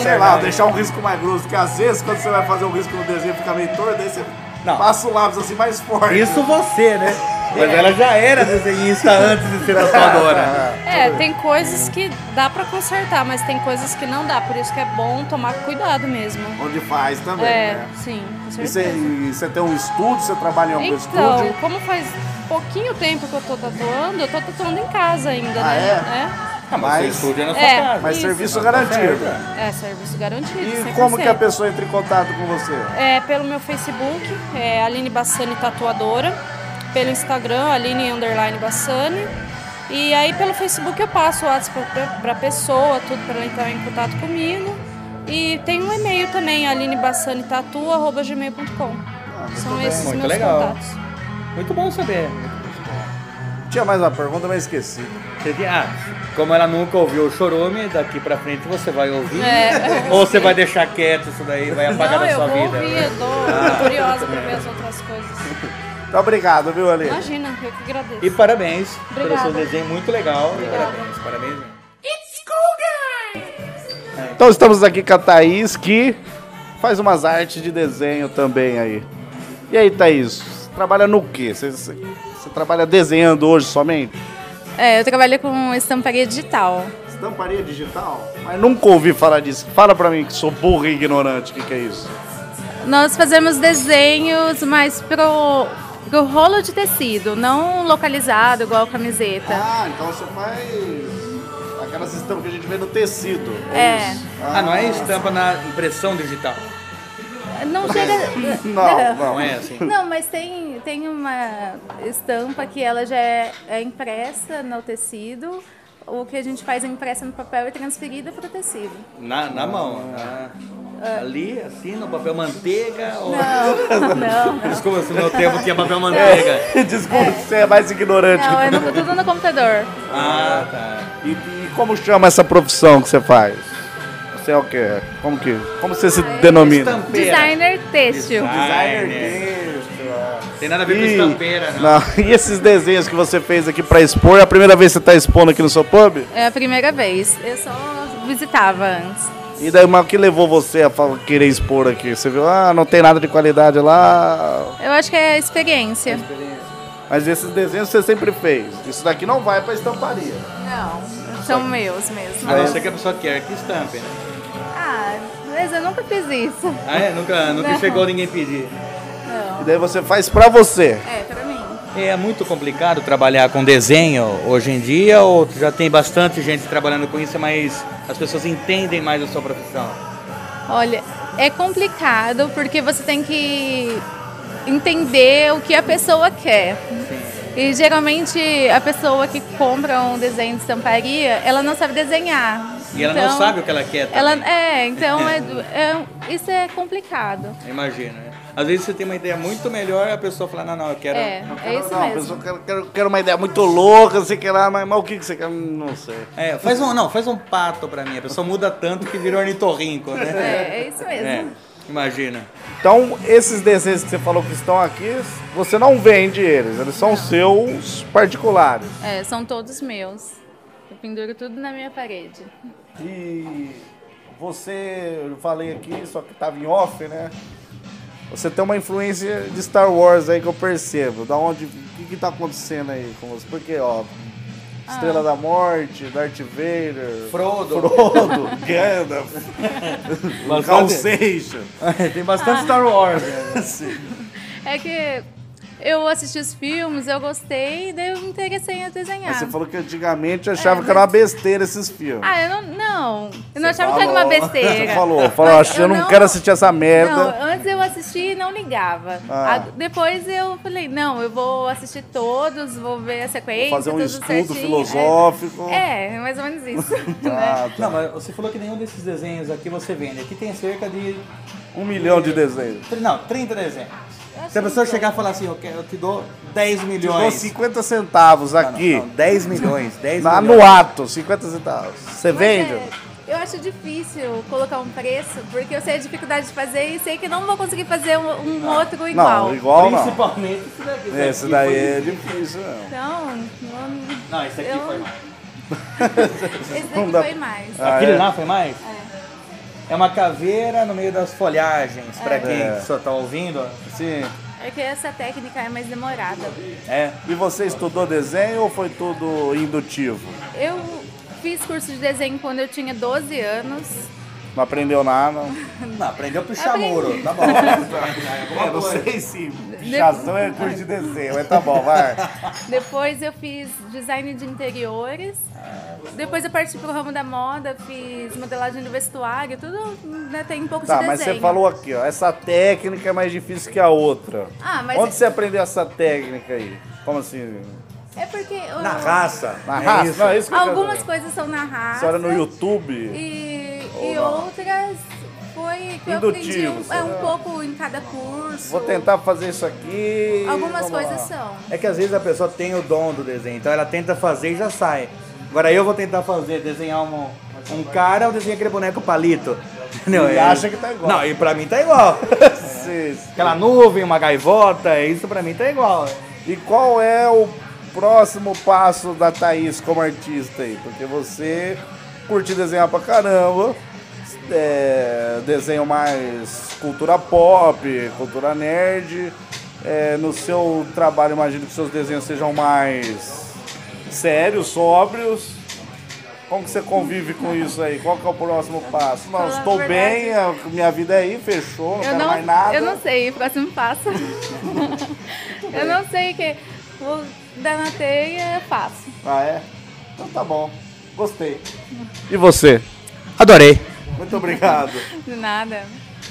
Speaker 5: Sei lá, deixar um risco mais grosso, porque às vezes quando você vai fazer um risco no desenho fica meio torto, aí você passa o lápis assim mais forte.
Speaker 6: Isso você, né? Mas
Speaker 15: É.
Speaker 6: ela já era desenhista antes de ser tatuadora.
Speaker 15: (laughs) É, tem coisas que dá pra consertar, mas tem coisas que não dá, por isso que é bom tomar cuidado mesmo.
Speaker 5: Onde faz também,
Speaker 15: é,
Speaker 5: né?
Speaker 15: sim, com
Speaker 5: E você,
Speaker 15: certeza.
Speaker 5: e você tem um estúdio, você trabalha em algum
Speaker 15: Então,
Speaker 5: estúdio?
Speaker 15: como faz pouquinho tempo que eu tô tatuando, eu tô tatuando em casa ainda,
Speaker 5: Ah,
Speaker 15: né?
Speaker 5: Ah, mas seu estúdio é na sua casa. Mas serviço
Speaker 15: Tá
Speaker 5: garantido.
Speaker 15: certo. É, serviço garantido.
Speaker 5: E
Speaker 15: 100%.
Speaker 5: como que a pessoa entra em contato com você?
Speaker 15: É pelo meu Facebook, é Aline Bassani Tatuadora. Pelo Instagram, Aline Underline Bassani. E aí pelo Facebook eu passo o WhatsApp pra, pra pessoa, tudo pra ela entrar em contato comigo. E tem um e-mail também, alinebassanitatu.gmail.com. São
Speaker 5: bem.
Speaker 15: esses
Speaker 5: Ah, Muito
Speaker 15: meus
Speaker 5: legal.
Speaker 15: contatos.
Speaker 6: Muito bom saber.
Speaker 5: Tinha mais uma pergunta, mas esqueci.
Speaker 6: Ah, como ela nunca ouviu o chorume, daqui pra frente você vai ouvir.
Speaker 15: É, eu
Speaker 6: Ou você
Speaker 15: sei.
Speaker 6: vai deixar quieto isso daí, vai apagar
Speaker 15: Não,
Speaker 6: da
Speaker 15: eu
Speaker 6: sua
Speaker 15: vou
Speaker 6: vida.
Speaker 15: ouvir, eu tô curiosa pra ver as outras coisas.
Speaker 5: Então, obrigado, viu, Ale?
Speaker 15: Imagina, eu que agradeço.
Speaker 6: E parabéns pelo
Speaker 15: Obrigada.
Speaker 6: seu desenho muito legal.
Speaker 15: Obrigada.
Speaker 6: Parabéns, parabéns. mesmo.
Speaker 5: Então estamos aqui com a Thaís, que faz umas artes de desenho também aí. E aí, Thaís, você trabalha no quê? Você, você- você trabalha desenhando hoje somente?
Speaker 16: É, eu trabalho com estamparia digital.
Speaker 5: Estamparia digital? Mas nunca ouvi falar disso. Fala pra mim que sou burro e ignorante, o que, que é isso?
Speaker 16: Nós fazemos desenhos mais pro, pro rolo de tecido, não localizado igual camiseta.
Speaker 5: Ah, então você faz aquelas estampas que a gente vê no tecido.
Speaker 16: É.
Speaker 6: Ah, não é estampa na impressão digital.
Speaker 16: Não chega.
Speaker 5: Não, não (laughs) é assim.
Speaker 16: Não, mas tem, tem uma estampa que ela já é, é impressa no tecido. O que a gente faz é impressa no papel e transferida para o
Speaker 6: (laughs)
Speaker 16: tecido.
Speaker 6: Na, na mão. na- Ali, assim, no papel manteiga. Ou...
Speaker 16: Não, não.
Speaker 6: (laughs) Desculpa se meu tempo tinha papel manteiga.
Speaker 5: Desculpa, você é mais ignorante.
Speaker 16: Não,
Speaker 5: que
Speaker 16: é no, tudo no computador.
Speaker 6: Ah, tá.
Speaker 5: E, e como chama essa profissão que você faz? Você é o quê? Como que? Como você se denomina?
Speaker 16: Designer têxtil.
Speaker 6: Designer Tem nada a ver com estampeira, não.
Speaker 5: Não, (laughs) E esses desenhos que você fez aqui pra expor, é a primeira vez que você tá expondo aqui no seu pub?
Speaker 16: É a primeira vez. Eu só visitava antes.
Speaker 5: E daí, mas o que levou você a fa- querer expor aqui? Você viu, ah, não tem nada de qualidade lá.
Speaker 16: Eu acho que é a experiência.
Speaker 5: Mas esses desenhos você sempre fez. Isso daqui não vai pra estamparia.
Speaker 16: Não, são meus mesmo.
Speaker 6: A não ser Ah, que a pessoa quer que estampe, né?
Speaker 16: Ah, mas eu nunca fiz isso.
Speaker 6: Ah, é? Nunca, nunca
Speaker 16: Não.
Speaker 6: chegou ninguém pedir.
Speaker 16: Não.
Speaker 5: E daí você faz pra você.
Speaker 16: É, pra mim.
Speaker 6: É muito complicado trabalhar com desenho hoje em dia ou já tem bastante gente trabalhando com isso, mas as pessoas entendem mais a sua profissão?
Speaker 16: Olha, é complicado porque você tem que entender o que a pessoa quer. E geralmente a pessoa que compra um desenho de estamparia, ela não sabe desenhar.
Speaker 6: E ela não
Speaker 16: Então,
Speaker 6: sabe o que ela quer. Tá?
Speaker 16: Ela, é, então é, du- é- isso é complicado.
Speaker 6: Imagina, né? Às vezes você tem uma ideia muito melhor a pessoa fala, não, não, eu quero...
Speaker 16: É, é isso
Speaker 5: não, a
Speaker 16: mesmo.
Speaker 5: pessoa quer, quer, quer uma ideia muito louca, você quer lá, mas, mas o que, que você quer? Não sei.
Speaker 6: É, faz um, não, faz um pato pra mim. A pessoa muda tanto que virou ornitorrinco, né?
Speaker 16: É, é isso mesmo.
Speaker 6: Imagina.
Speaker 5: Então, esses desenhos que você falou que estão aqui, você não vende eles, eles são seus particulares.
Speaker 16: É, são todos meus. Eu penduro tudo na minha parede.
Speaker 5: E você, eu falei aqui, só que tava em off, né? Você tem uma influência de Star Wars aí que eu percebo. Da onde. O que, que tá acontecendo aí com você? Porque, ó.
Speaker 16: Ah.
Speaker 5: Estrela da Morte, Darth (laughs) Vader.
Speaker 6: Frodo.
Speaker 5: Frodo, Gandalf.
Speaker 6: Bastante-
Speaker 5: Cal Seixas.
Speaker 6: Tem bastante Star Wars. né?
Speaker 16: É que eu assisti os filmes, eu gostei, daí eu me interessei em desenhar.
Speaker 5: Mas Ah, você falou que antigamente achava que era uma besteira esses filmes.
Speaker 16: É, Ah, eu não. Não, eu não achava que era uma
Speaker 5: Falou.
Speaker 16: besteira.
Speaker 5: (laughs) Você falou, falou,
Speaker 16: Mas
Speaker 5: acho que eu não, quero assistir essa merda.
Speaker 16: Não, antes eu assisti e não ligava.
Speaker 5: Ah.
Speaker 16: A- depois eu falei, não, eu vou assistir todos, vou ver a sequência.
Speaker 5: Vou fazer um
Speaker 16: tudo
Speaker 5: estudo
Speaker 16: certinho.
Speaker 5: filosófico.
Speaker 16: É, é, mais ou menos isso.
Speaker 5: (laughs) Ah,
Speaker 6: Não, mas você falou que nenhum desses desenhos aqui você vende. Aqui tem cerca de.
Speaker 5: Um milhão de desenhos.
Speaker 6: Tre- Não, 30 desenhos. Se a pessoa chegar e falar assim, eu, quero, eu te dou 10
Speaker 5: Tirou
Speaker 6: milhões.
Speaker 5: 50 centavos aqui.
Speaker 6: 10 milhões, 10
Speaker 5: Na,
Speaker 6: milhões.
Speaker 5: No ato, 50 centavos. Você
Speaker 16: é
Speaker 5: vende?
Speaker 16: Eu acho difícil colocar um preço, porque eu sei a dificuldade de fazer e sei que não vou conseguir fazer um, um outro igual.
Speaker 5: Ah, Não, igual não.
Speaker 6: Principalmente se daqui- se
Speaker 5: Esse
Speaker 6: aqui
Speaker 5: daí
Speaker 6: foi-
Speaker 5: é difícil, não.
Speaker 16: Então, não,
Speaker 6: Não, esse aqui
Speaker 16: eu-
Speaker 6: foi mais.
Speaker 16: Esse daqui
Speaker 5: Não dá-
Speaker 16: foi mais.
Speaker 5: Ah,
Speaker 6: Aquele
Speaker 5: é?
Speaker 6: lá foi mais? É uma caveira no meio das folhagens, pra
Speaker 16: É.
Speaker 6: quem
Speaker 5: É.
Speaker 6: só tá ouvindo.
Speaker 5: Sim.
Speaker 16: É que essa técnica é mais demorada.
Speaker 6: É.
Speaker 5: E você estudou desenho ou foi tudo indutivo?
Speaker 16: Eu fiz curso de desenho quando eu tinha 12 anos.
Speaker 5: Não aprendeu nada?
Speaker 6: Não, aprendeu a
Speaker 16: puxar Aprendi. muro,
Speaker 6: tá bom.
Speaker 5: é, não sei se pichação é curso de desenho, mas tá bom, vai.
Speaker 16: Depois eu fiz design de interiores. Depois eu parti pro ramo da moda, fiz modelagem do vestuário, tudo né, tem um pouco
Speaker 5: Tá,
Speaker 16: de
Speaker 5: mas
Speaker 16: desenho.
Speaker 5: você falou aqui, ó, essa técnica é mais difícil que a outra.
Speaker 16: Ah, mas
Speaker 5: Onde
Speaker 16: é-
Speaker 5: você aprendeu essa técnica aí? Como assim?
Speaker 16: É porque eu-
Speaker 6: Na raça.
Speaker 5: Na
Speaker 6: É
Speaker 5: raça?
Speaker 6: isso.
Speaker 5: Não, é isso que eu quero
Speaker 16: algumas
Speaker 5: saber.
Speaker 16: coisas são na raça.
Speaker 5: A senhora no YouTube?
Speaker 16: E,
Speaker 5: Ou
Speaker 16: e
Speaker 5: não?
Speaker 16: outras foi que eu aprendi
Speaker 5: Indutivo,
Speaker 16: um,
Speaker 5: será?
Speaker 16: é, um pouco em cada curso.
Speaker 5: Vou tentar fazer isso aqui.
Speaker 16: Algumas
Speaker 5: vamos
Speaker 16: coisas
Speaker 5: lá.
Speaker 16: são.
Speaker 6: É que às vezes a pessoa tem o dom do desenho, então ela tenta fazer e já sai. Agora eu vou tentar fazer, desenhar um, um cara, eu desenho aquele boneco palito. Entendeu?
Speaker 5: E
Speaker 6: É-
Speaker 5: acha que tá igual.
Speaker 6: Não, e pra mim tá igual.
Speaker 5: Sim, sim.
Speaker 6: (laughs) Aquela nuvem, uma gaivota, isso pra mim tá igual.
Speaker 5: E qual é o próximo passo da Thaís como artista aí? Porque você curte desenhar pra caramba, é, desenho mais cultura pop, cultura nerd. É, no seu trabalho, imagino que seus desenhos sejam mais sérios, sóbrios. Como que você convive com isso aí? Qual que é o próximo passo? Não,
Speaker 16: Falar a
Speaker 5: estou
Speaker 16: verdade.
Speaker 5: bem, a- minha vida é aí, fechou, não
Speaker 16: Eu
Speaker 5: quero
Speaker 16: não,
Speaker 5: mais nada.
Speaker 16: eu não sei, próximo
Speaker 5: (laughs)
Speaker 16: passo. eu não sei o que. Vou dar na teia, eu faço.
Speaker 5: Ah, é? Então tá bom. Gostei.
Speaker 6: E você? Adorei.
Speaker 5: Muito obrigado.
Speaker 16: De nada.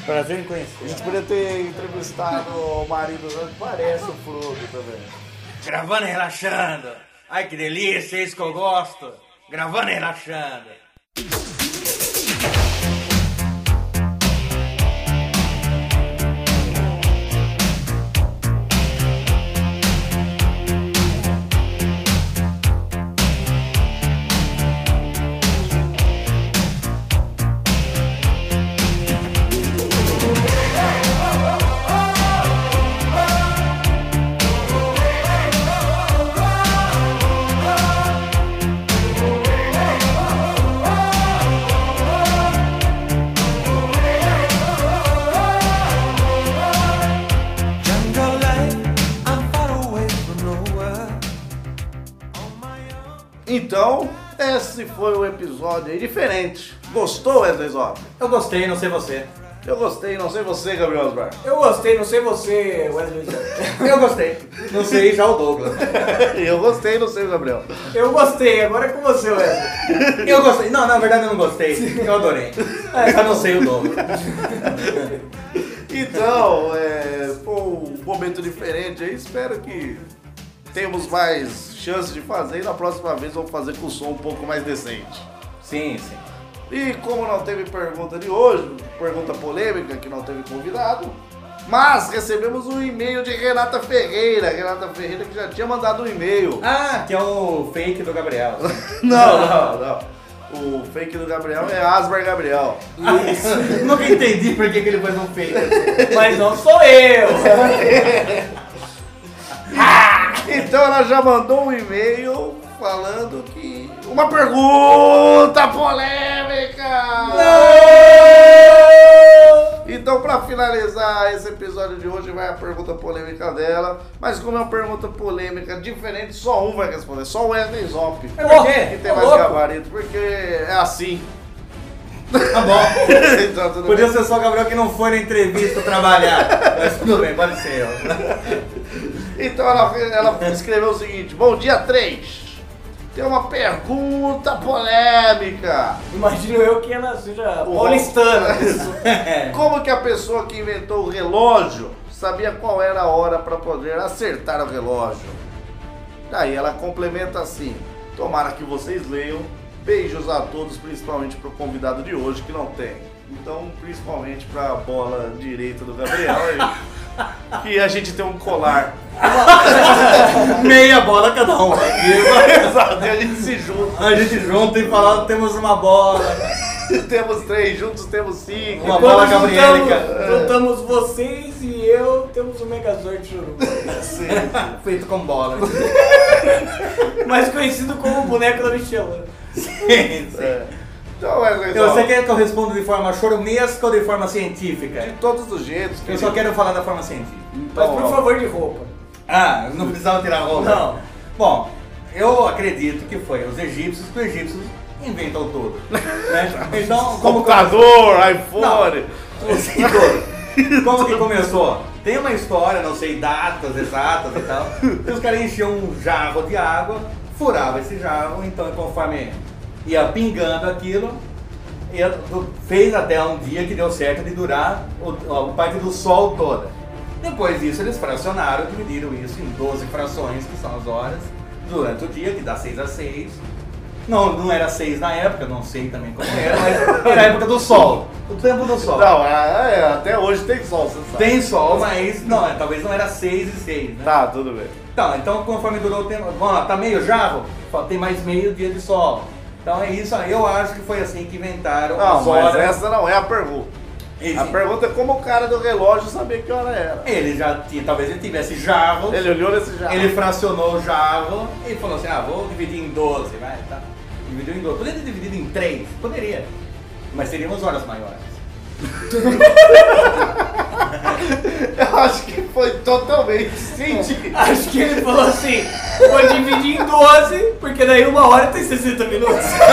Speaker 6: Prazer em conhecer.
Speaker 5: A gente podia ter entrevistado o marido, parece o Frodo também.
Speaker 6: Gravando e relaxando. Ai que delícia, é isso que eu gosto. Gravando e relaxando.
Speaker 5: Então, esse foi um episódio aí diferente. Gostou, Wesley Zop?
Speaker 6: Eu gostei, não sei você.
Speaker 5: Eu gostei, não sei você, Gabriel Osmar.
Speaker 3: Eu gostei, não sei você, Wesley Zop.
Speaker 6: Eu gostei. Não sei, já o Douglas.
Speaker 5: (laughs) eu gostei, não sei, Gabriel.
Speaker 3: Eu gostei, agora é com você, Wesley.
Speaker 6: Eu gostei. Não, na verdade eu não gostei. Eu adorei. É, só não sei o Douglas.
Speaker 5: então, é, foi um momento diferente aí. Espero que temos mais chance de fazer e na próxima vez vamos fazer com o som um pouco mais decente.
Speaker 6: Sim, sim.
Speaker 5: E como não teve pergunta de hoje, pergunta polêmica que não teve convidado, mas recebemos um e-mail de Renata Ferreira. Renata Ferreira que já tinha mandado um e-mail.
Speaker 6: (laughs) Ah, que é o fake do Gabriel.
Speaker 5: não, não, não. O fake do Gabriel é Asmar Gabriel.
Speaker 6: Isso. Nunca entendi por que, que ele faz um fake. Assim.
Speaker 3: Mas não sou eu.
Speaker 5: Então ela já mandou um e-mail falando que. Uma pergunta polêmica! Não! Então, para finalizar esse episódio de hoje, vai a pergunta polêmica dela. Mas, como é uma pergunta polêmica diferente, só um vai responder, só o Wesley Zop.
Speaker 6: É por quê?
Speaker 5: Que tem mais
Speaker 6: louco.
Speaker 5: gabarito, porque é assim. (laughs)
Speaker 6: Tá bom.
Speaker 5: então, tudo
Speaker 6: Podia
Speaker 5: bem.
Speaker 6: ser só o Gabriel que não foi na entrevista trabalhar. Mas tudo bem, pode ser eu.
Speaker 5: Então ela, ela escreveu o seguinte: Bom dia 3. Tem uma pergunta polêmica.
Speaker 3: Imagino eu que ela seja paulistana.
Speaker 5: Como que a pessoa que inventou o relógio sabia qual era a hora para poder acertar o relógio? Daí ela complementa assim: Tomara que vocês leiam. Beijos a todos, principalmente pro convidado de hoje que não tem. Então, principalmente pra bola direita do Gabriel, aí,
Speaker 6: (laughs)
Speaker 5: que a gente tem um colar.
Speaker 6: Meia bola cada um.
Speaker 5: Exato, e (laughs) a gente se junta.
Speaker 6: A gente junta e fala, temos uma bola.
Speaker 5: temos três juntos, temos cinco.
Speaker 6: Uma bola gabrielica.
Speaker 3: Juntamos vocês e eu, temos o Megazord Churuca.
Speaker 5: Sim.
Speaker 6: Feito com bola.
Speaker 3: (laughs) Mais conhecido como o boneco da Michelin.
Speaker 6: Sim, sim.
Speaker 5: É. Então, Wesley,
Speaker 6: Então, você quer que eu responda de forma choromesca ou de forma científica?
Speaker 5: de todos os jeitos.
Speaker 6: Eu só quero falar da forma científica.
Speaker 3: Mas por favor, de roupa.
Speaker 6: Ah, não precisava tirar a roupa.
Speaker 3: Não.
Speaker 6: Bom, eu acredito que foi os egípcios que os egípcios inventam tudo. né? Então, como
Speaker 5: Computador, iPhone.
Speaker 6: Sim, tudo. Como que começou? Tem uma história, não sei datas exatas e tal, que os caras enchiam um jarro de água, furavam esse jarro, então conforme ia pingando aquilo, ia- do- fez até um dia que deu certo de durar o- a parte do sol toda. Depois disso eles fracionaram, dividiram isso em 12 frações, que são as horas, durante o dia, que dá 6 a 6. Não, não era 6 na época, não sei também como era, mas era a época do sol. O tempo do sol.
Speaker 5: Não, é- é, até hoje tem sol, você sabe.
Speaker 6: Tem sol, mas não, é, talvez não era 6 e 6, né?
Speaker 5: Tá, tudo bem.
Speaker 6: Então, então conforme durou o tempo, bom, tá meio jarro, só tem mais meio dia de sol. Então é isso aí, eu acho que foi assim que inventaram
Speaker 5: Não,
Speaker 6: as
Speaker 5: mas
Speaker 6: horas.
Speaker 5: essa não é a pergunta.
Speaker 6: Esse-
Speaker 5: A pergunta é como o cara do relógio sabia que hora era.
Speaker 6: Ele já tinha, talvez ele tivesse jarro,
Speaker 5: Ele olhou nesse já.
Speaker 6: ele fracionou o jarro e falou assim, ah, vou dividir em 12, vai, tá. Dividiu em 12. Poderia ter dividido em 3? Poderia. Mas teríamos horas maiores.
Speaker 5: (laughs) Eu acho que foi totalmente científico.
Speaker 3: (laughs) Acho que ele falou assim: vou dividir em 12, porque daí uma hora tem 60 minutos. (laughs)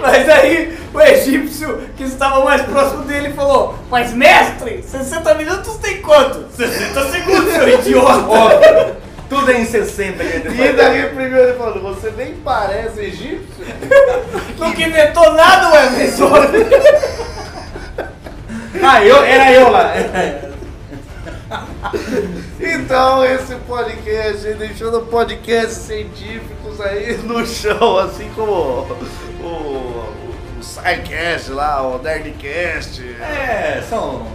Speaker 3: Mas aí o egípcio que estava mais próximo dele falou: Mas mestre, 60 minutos tem quanto? 60 segundos, seu idiota!
Speaker 6: Tudo é em 60 que ele
Speaker 5: E daí reprimiu ele falando, você nem parece egípcio.
Speaker 3: Nunca inventou nada, Wesley Safadão.
Speaker 6: Ah, eu, era eu lá.
Speaker 5: (laughs) Então, esse podcast, deixando podcasts científicos aí no chão, assim como o, o, o SciCast lá, o Nerdcast.
Speaker 6: É, são,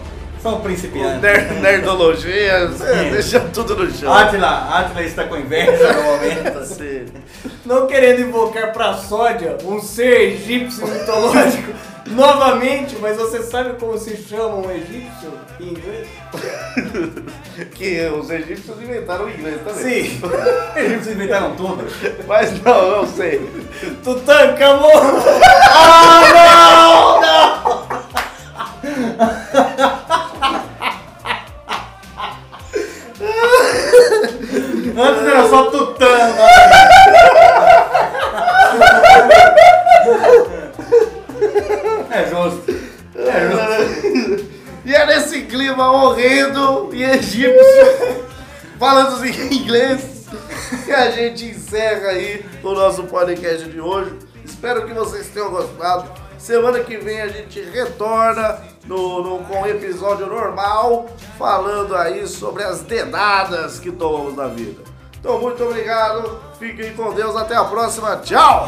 Speaker 6: são principiantes.
Speaker 5: O ner- nerdologia, é, deixa tudo no chão.
Speaker 6: Ah. Atila, Atila está com inveja no momento. assim.
Speaker 3: Não querendo invocar pra sódia um ser egípcio mitológico novamente, mas você sabe como se chama um egípcio em inglês?
Speaker 5: Que os egípcios inventaram o inglês também.
Speaker 3: Sim.
Speaker 5: Os
Speaker 6: egípcios inventaram tudo.
Speaker 5: Mas não, não sei.
Speaker 3: Tutankhamon! Ah, não! Não!
Speaker 6: Antes era só tutano. É justo.
Speaker 5: (laughs) E é nesse clima horrendo e egípcio, (laughs) falando em inglês, que a gente encerra aí o nosso podcast de hoje. Espero que vocês tenham gostado. Semana que vem a gente retorna no, no- com o episódio normal, falando aí sobre as dedadas que tomamos na vida. Então, muito obrigado, fiquem com Deus, até a próxima, tchau!